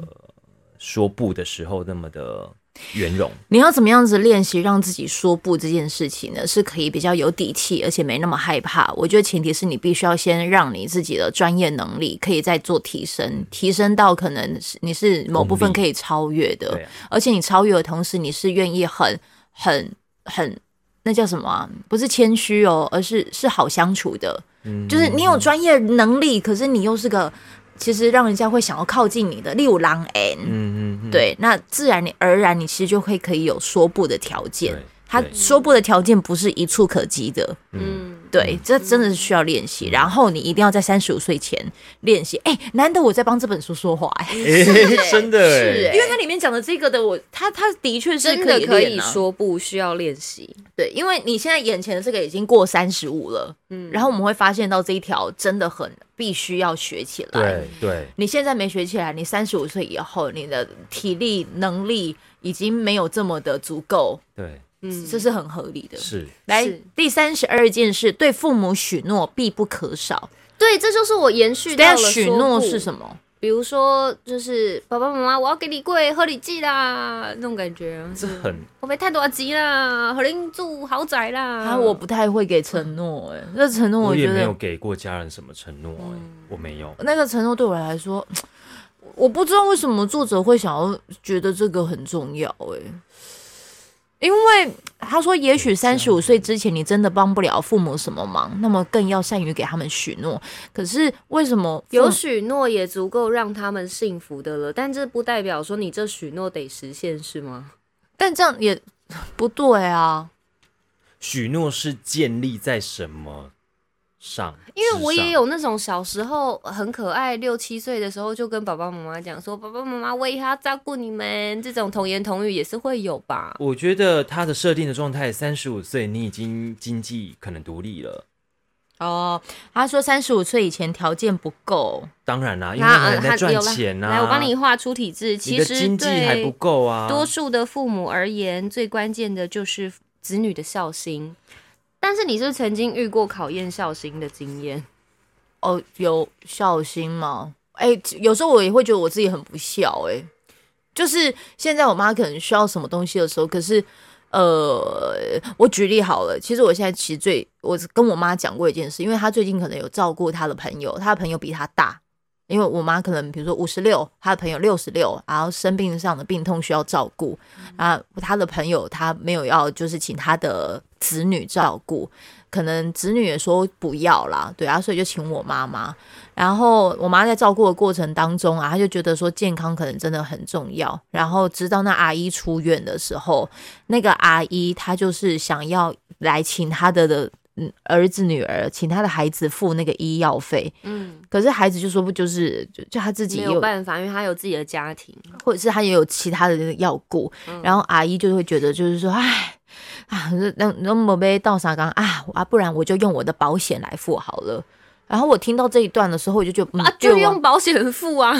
[SPEAKER 2] 说不的时候那么的圆融。
[SPEAKER 1] 你要怎么样子练习让自己说不这件事情呢？是可以比较有底气，而且没那么害怕。我觉得前提是你必须要先让你自己的专业能力可以再做提升，提升到可能是你是某部分可
[SPEAKER 2] 功力
[SPEAKER 1] 以超越的。
[SPEAKER 2] 对啊，
[SPEAKER 1] 而且你超越的同时，你是愿意很、很、很，那叫什么啊、不是谦虚哦，而是是好相处的。
[SPEAKER 2] 嗯
[SPEAKER 1] 就是你有专业能力，可是你又是个其实让人家会想要靠近你的六郎 N。
[SPEAKER 2] 嗯嗯，嗯，
[SPEAKER 1] 对，那自然你而然，你其实就会可以有说不的条件
[SPEAKER 2] 对。
[SPEAKER 1] 他
[SPEAKER 2] 对
[SPEAKER 1] 说不的条件不是一触可及的，
[SPEAKER 2] 嗯
[SPEAKER 3] 嗯，
[SPEAKER 1] 对，这真的是需要练习。然后你一定要在三十五岁前练习。哎、难得我在帮这本书说话、哎，
[SPEAKER 2] 哎、
[SPEAKER 3] 欸
[SPEAKER 2] 真的哎、
[SPEAKER 3] 是欸
[SPEAKER 1] 因为它里面讲的这个的我，它它的确是
[SPEAKER 3] 真的可
[SPEAKER 1] 可
[SPEAKER 3] 以
[SPEAKER 1] 以啊说
[SPEAKER 3] 说不需要练习，
[SPEAKER 1] 对，因为你现在眼前的这个已经过三十五了，
[SPEAKER 3] 嗯，
[SPEAKER 1] 然后我们会发现到这一条真的很必须要学起来。
[SPEAKER 2] 对对，
[SPEAKER 1] 你现在没学起来，你三十五岁以后，你的体力能力已经没有这么的足够，
[SPEAKER 2] 对，
[SPEAKER 3] 嗯
[SPEAKER 1] 这是很合理的。
[SPEAKER 2] 是
[SPEAKER 1] 来
[SPEAKER 3] 是，
[SPEAKER 1] 第三十二件事，对父母许诺必不可少。
[SPEAKER 3] 对，这就是我延续
[SPEAKER 1] 等
[SPEAKER 3] 到
[SPEAKER 1] 一下
[SPEAKER 3] 了
[SPEAKER 1] 许诺是
[SPEAKER 3] 么？
[SPEAKER 1] 什么？
[SPEAKER 3] 比如说，就是爸爸妈妈，我要给你跪喝你祭啦，那种感觉。
[SPEAKER 2] 这很
[SPEAKER 3] 我没太多急啦，和你住豪宅啦。
[SPEAKER 1] 啊，我不太会给承诺，哎，那承诺
[SPEAKER 2] 我
[SPEAKER 1] 觉
[SPEAKER 2] 也没
[SPEAKER 1] 得
[SPEAKER 2] 有给过家人什么承诺、哎，我没有。
[SPEAKER 1] 那个承诺对我来说，我不知道为什么作者会想要觉得这个很重要哎、因为他说，也许三十五岁之前你真的帮不了父母什么忙，那么更要善于给他们许诺。可是为什么父
[SPEAKER 3] 有许诺也足够让他们幸福的了，但这不代表说你这许诺得实现，是吗？
[SPEAKER 1] 但这样也 不对啊？
[SPEAKER 2] 许诺是建立在什么上？
[SPEAKER 3] 因为我
[SPEAKER 2] 之上
[SPEAKER 3] 也有那种小时候很可爱，六七岁的时候就跟爸爸妈妈讲说，爸爸妈妈我以后要照顾你们，这种童言童语也是会有吧？
[SPEAKER 2] 我觉得他的设定的状态，三十五岁你已经经济可能独立了。
[SPEAKER 1] 哦，他说三十五岁以前条件不够，
[SPEAKER 2] 当然啦，因为
[SPEAKER 3] 那呃
[SPEAKER 2] 你还在
[SPEAKER 3] 有
[SPEAKER 2] 赚
[SPEAKER 3] 了
[SPEAKER 2] 钱呐、
[SPEAKER 3] 来，我帮你画出体制。
[SPEAKER 2] 你
[SPEAKER 3] 其
[SPEAKER 2] 的
[SPEAKER 3] 实
[SPEAKER 2] 经济还不
[SPEAKER 3] 对
[SPEAKER 2] 够啊。
[SPEAKER 3] 多数的父母而言，最关键的就是子女的孝心。但是你是不是曾经遇过考验孝心的经验？
[SPEAKER 1] 哦，有孝心吗？哎、有时候我也会觉得我自己很不孝、哎，就是现在我妈可能需要什么东西的时候，可是，呃，我举例好了，其实我现在其实最，我跟我妈讲过一件事，因为她最近可能有照顾她的朋友，她的朋友比她大。因为我妈可能比如说五十六，她的朋友六十六，然后生病上的病痛需要照顾啊，她的朋友她没有要就是请她的子女照顾，可能子女也说不要啦，对啊，所以就请我妈妈。然后我妈在照顾的过程当中啊，她就觉得说健康可能真的很重要。然后直到那阿姨出院的时候，那个阿姨她就是想要来请她的的嗯儿子女儿，请她的孩子付那个医药费。
[SPEAKER 3] 嗯，
[SPEAKER 1] 可是孩子就说不就是就就他自己
[SPEAKER 3] 没
[SPEAKER 1] 也
[SPEAKER 3] 有
[SPEAKER 1] 有，
[SPEAKER 3] 办法，因为他有自己的家庭。
[SPEAKER 1] 或者是他也有其他的那个要顾。然后阿姨就会觉得就是说，哎。啊，那那那么被倒啥刚啊啊，不然我就用我的保险来付好了。然后我听到这一段的时候，我就觉得，嗯、
[SPEAKER 3] 啊，
[SPEAKER 1] 对
[SPEAKER 3] 就
[SPEAKER 1] 啊
[SPEAKER 3] 用保险付啊！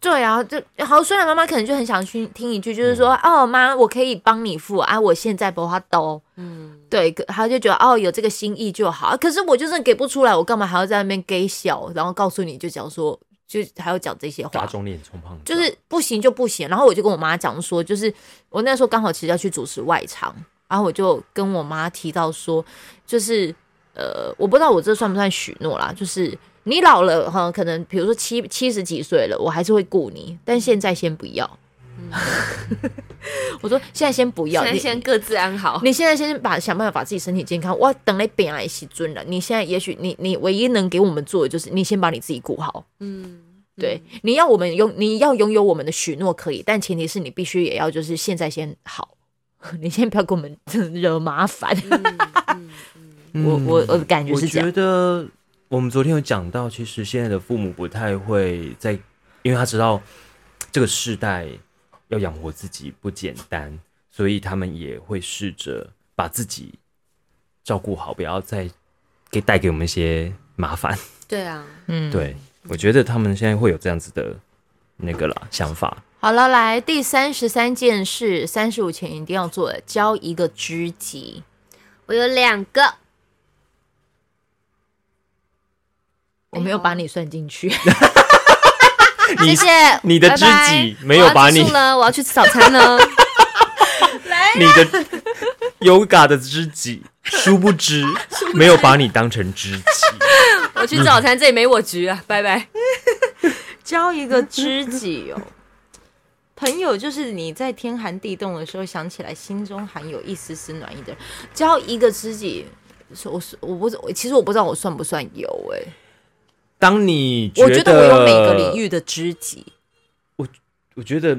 [SPEAKER 1] 对啊，就好。虽然妈妈可能就很想去听一句，就是说，哦，妈，我可以帮你付啊，我现在不花兜。
[SPEAKER 3] 嗯，
[SPEAKER 1] 对，可她就觉得哦，有这个心意就好。啊可是我就是给不出来，我干嘛还要在那边给小，然后告诉你就讲说，就还要讲这些
[SPEAKER 2] 打
[SPEAKER 1] 话。
[SPEAKER 2] 肿脸充胖子，啊
[SPEAKER 1] 就是不行就不行。然后我就跟我妈讲说，就是我那时候刚好其实要去主持外场，然后我就跟我妈提到说，就是呃，我不知道我这算不算许诺啦，就是你老了哈，可能比如说七七十几岁了，我还是会顾你，但现在先不要。 我说现在先不要，
[SPEAKER 3] 先
[SPEAKER 1] 你
[SPEAKER 3] 先各自安好。
[SPEAKER 1] 你现在先把想办法把自己身体健康。我等来病癌时尊了，你现在也许你你唯一能给我们做的就是你先把你自己顾好。
[SPEAKER 3] 嗯，
[SPEAKER 1] 对，你要我们拥，你要拥有我们的许诺可以，但前提是你必须也要就是现在先好， 你先不要给我们惹麻烦。
[SPEAKER 2] 嗯
[SPEAKER 1] 我我我的感觉
[SPEAKER 2] 我
[SPEAKER 1] 是这样
[SPEAKER 2] 觉，得我们昨天有讲到，其实现在的父母不太会在，因为他知道这个世代要养活自己不简单，所以他们也会试着把自己照顾好，不要再给带给我们一些麻烦。
[SPEAKER 3] 对啊，
[SPEAKER 1] 嗯，。
[SPEAKER 2] 对，我觉得他们现在会有这样子的那个啦想法。
[SPEAKER 1] 好了，来第三十三件事，三十五前一定要做的，交一个知己。
[SPEAKER 3] 我有两个，
[SPEAKER 1] 我
[SPEAKER 3] 哎
[SPEAKER 1] 没有把你算进去，
[SPEAKER 3] 谢谢
[SPEAKER 2] 你的
[SPEAKER 3] 拜拜
[SPEAKER 2] 知己没有把你
[SPEAKER 3] 我要吃素了，我要去吃早餐 了。
[SPEAKER 2] 你的 yoga 的知己，殊不知没有把你当成知己。
[SPEAKER 3] 我去吃早餐，这里没我局啊，拜拜。
[SPEAKER 1] 交一个知己哦。朋友就是你在天寒地冻的时候想起来，心中含有一丝丝暖意的人。交一个知己，是我是我不是，其实我不知道我算不算有哎、
[SPEAKER 2] 当你
[SPEAKER 1] 我觉得我有每个领，域的知己，
[SPEAKER 2] 我觉得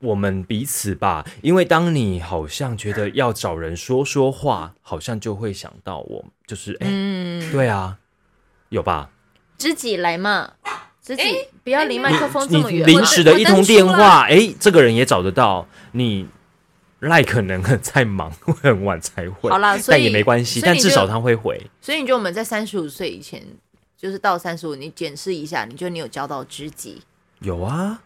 [SPEAKER 2] 我们彼此吧，因为当你好像觉得要找人说说话，好像就会想到我，就是哎、
[SPEAKER 1] 嗯，
[SPEAKER 2] 对啊，有吧？
[SPEAKER 1] 知己来嘛，知己、不要离麦
[SPEAKER 2] 你
[SPEAKER 1] 克风啊这
[SPEAKER 2] 你
[SPEAKER 1] 么远。
[SPEAKER 2] 临时
[SPEAKER 1] 我
[SPEAKER 2] 的
[SPEAKER 1] 我
[SPEAKER 2] 一
[SPEAKER 1] 登
[SPEAKER 2] 通
[SPEAKER 1] 出
[SPEAKER 2] 电
[SPEAKER 1] 了，
[SPEAKER 2] 话，哎、这个人也找得到你。赖可能很在忙，会很晚才会。
[SPEAKER 1] 好啦所
[SPEAKER 2] 但也
[SPEAKER 1] 以
[SPEAKER 2] 没关系，
[SPEAKER 1] 所以
[SPEAKER 2] 但
[SPEAKER 1] 你
[SPEAKER 2] 至
[SPEAKER 1] 就
[SPEAKER 2] 少他会回。
[SPEAKER 1] 所以你觉得我们在三十五岁以前，就是到三十五，你检视一下，你觉得你有交到知己？
[SPEAKER 2] 有啊，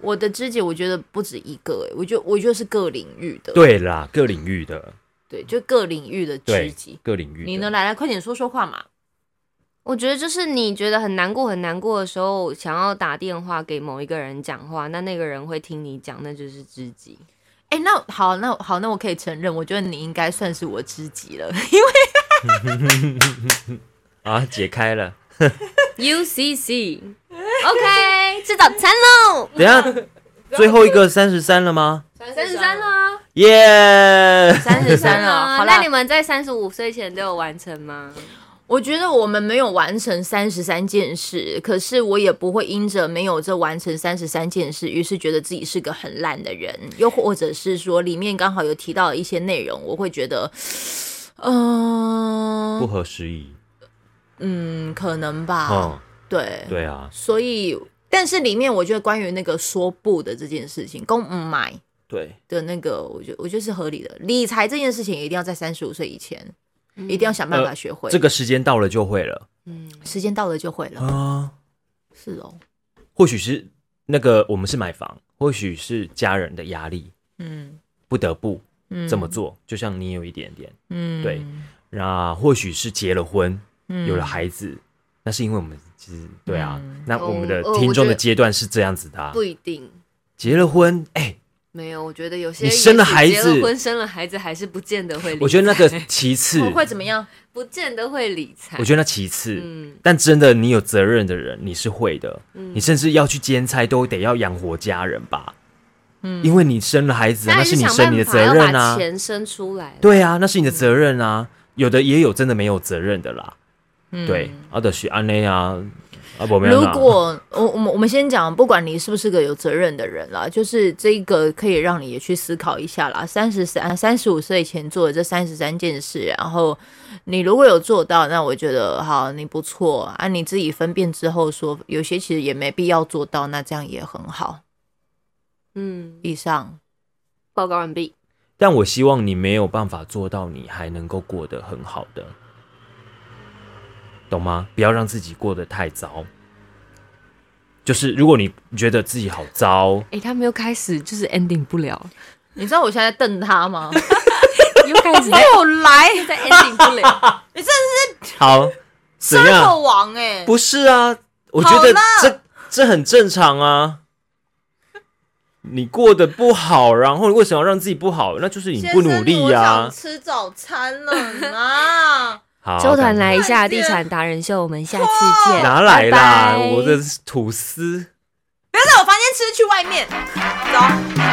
[SPEAKER 1] 我的知己，我觉得不止一个、欸，我觉得我觉得是各领域的，
[SPEAKER 2] 对啦，各领域的，
[SPEAKER 1] 对，就各领域的知
[SPEAKER 2] 对
[SPEAKER 1] 己。，
[SPEAKER 2] 各领域的。
[SPEAKER 1] 你呢？来来，快点说说话嘛。
[SPEAKER 3] 我觉得就是你觉得很难过、很难过的时候，想要打电话给某一个人讲话，那那个人会听你讲，那就是知己。
[SPEAKER 1] 哎、那好，那好，那我可以承认，我觉得你应该算是我知己 了。
[SPEAKER 2] 啊，解开了。
[SPEAKER 3] UCC，OK，、吃 早餐喽，
[SPEAKER 2] 等一 下，最后一个三十三了吗？
[SPEAKER 3] 三十三了，
[SPEAKER 2] 耶、
[SPEAKER 1] 三十 三
[SPEAKER 2] 哦
[SPEAKER 1] 了，好啦，
[SPEAKER 3] 那你们在三十五岁前都有完成吗？
[SPEAKER 1] 我觉得我们没有完成三十三件事，可是我也不会因着没有这完成三十三件事，于是觉得自己是个很烂的人，又或者是说里面刚好有提到一些内容，我会觉得，嗯、
[SPEAKER 2] 不合时宜。
[SPEAKER 1] 嗯，可能吧，
[SPEAKER 2] 嗯，
[SPEAKER 1] 对，
[SPEAKER 2] 对啊，
[SPEAKER 1] 所以，但是里面我觉得关于那个说不的这件事情，跟嗯买
[SPEAKER 2] 对，
[SPEAKER 1] 的那个，我觉得我觉得是合理的。理财这件事情一定要在三十五岁以前，一定要想办法
[SPEAKER 2] 呃
[SPEAKER 1] 学会。
[SPEAKER 2] 这个时间到了就会了
[SPEAKER 3] 嗯，嗯，
[SPEAKER 1] 时间到了就会了，
[SPEAKER 2] 啊。
[SPEAKER 1] 是哦，
[SPEAKER 2] 或许是那个我们是买房，或许是家人的压力，
[SPEAKER 1] 嗯
[SPEAKER 2] 不得不
[SPEAKER 1] 嗯，
[SPEAKER 2] 这么做。就像你有一点点，
[SPEAKER 1] 嗯，
[SPEAKER 2] 对那或许是结了婚，
[SPEAKER 1] 嗯
[SPEAKER 2] 有了孩子，那是因为我们其实对啊。
[SPEAKER 1] 嗯
[SPEAKER 2] 那我们的
[SPEAKER 3] 哦哦我
[SPEAKER 2] 听众的
[SPEAKER 3] 觉得
[SPEAKER 2] 阶段是这样子的、啊，
[SPEAKER 3] 不一定。
[SPEAKER 2] 结了婚，哎、
[SPEAKER 3] 没有，我觉得有些
[SPEAKER 2] 你
[SPEAKER 3] 人
[SPEAKER 2] 生了
[SPEAKER 3] 也许
[SPEAKER 2] 孩
[SPEAKER 3] 结了
[SPEAKER 2] 子
[SPEAKER 3] 婚生了孩子还是不见得会理财，
[SPEAKER 2] 我觉得那个其次，
[SPEAKER 1] 会会怎么样？
[SPEAKER 3] 不见得会理财。
[SPEAKER 2] 我觉得那其次，
[SPEAKER 3] 嗯
[SPEAKER 2] 但真的你有责任的人，你是会的，
[SPEAKER 3] 嗯
[SPEAKER 2] 你甚至要去兼差都得要养活家人吧，嗯，因为你生了孩子啊，那是你
[SPEAKER 3] 想
[SPEAKER 2] 生
[SPEAKER 3] 办
[SPEAKER 2] 你的
[SPEAKER 3] 法
[SPEAKER 2] 责
[SPEAKER 3] 要
[SPEAKER 2] 任
[SPEAKER 3] 把
[SPEAKER 2] 啊，
[SPEAKER 3] 钱嗯生出来。
[SPEAKER 2] 对啊，那是你的责任啊，有的也有真的没有责任的啦，
[SPEAKER 1] 嗯
[SPEAKER 2] 对，啊的是安内啊，啊我没有
[SPEAKER 1] 如
[SPEAKER 2] 啦，
[SPEAKER 1] 果我我们我们先讲，不管你是不是个有责任的人啦，就是这个可以让你也去思考一下啦。三十三、三十五岁前做的这三十三件事，然后你如果有做到，那我觉得好，你不错啊。你自己分辨之后说，有些其实也没必要做到，那这样也很好。
[SPEAKER 3] 嗯，
[SPEAKER 1] 以上，
[SPEAKER 3] 报告完毕。
[SPEAKER 2] 但我希望你没有办法做到，你还能够过得很好的，懂吗？不要让自己过得太糟。就是如果你觉得自己好糟，
[SPEAKER 3] 哎、他没有开始，就是 ending 不了，
[SPEAKER 1] 你知道我现在在瞪他吗？
[SPEAKER 3] 又开始
[SPEAKER 1] 没
[SPEAKER 3] 在
[SPEAKER 1] 有来，
[SPEAKER 3] 在 ending 不了。
[SPEAKER 2] 好怎
[SPEAKER 1] 杀
[SPEAKER 2] 样？
[SPEAKER 1] 手王哎、
[SPEAKER 2] 不是啊，我觉得这这很正常啊。你过得不好，然后你为什么要让自己不好？那就是你不努力呀、
[SPEAKER 1] 吃早餐了啊！
[SPEAKER 2] 好，
[SPEAKER 3] 周团
[SPEAKER 2] 感
[SPEAKER 3] 来一下
[SPEAKER 1] 再
[SPEAKER 3] 地
[SPEAKER 1] 见
[SPEAKER 3] 产达人秀，我们下次见。
[SPEAKER 2] 哪来啦？
[SPEAKER 3] 拜拜
[SPEAKER 2] 我的吐司。
[SPEAKER 1] 不啊 要在我房间吃，去外面。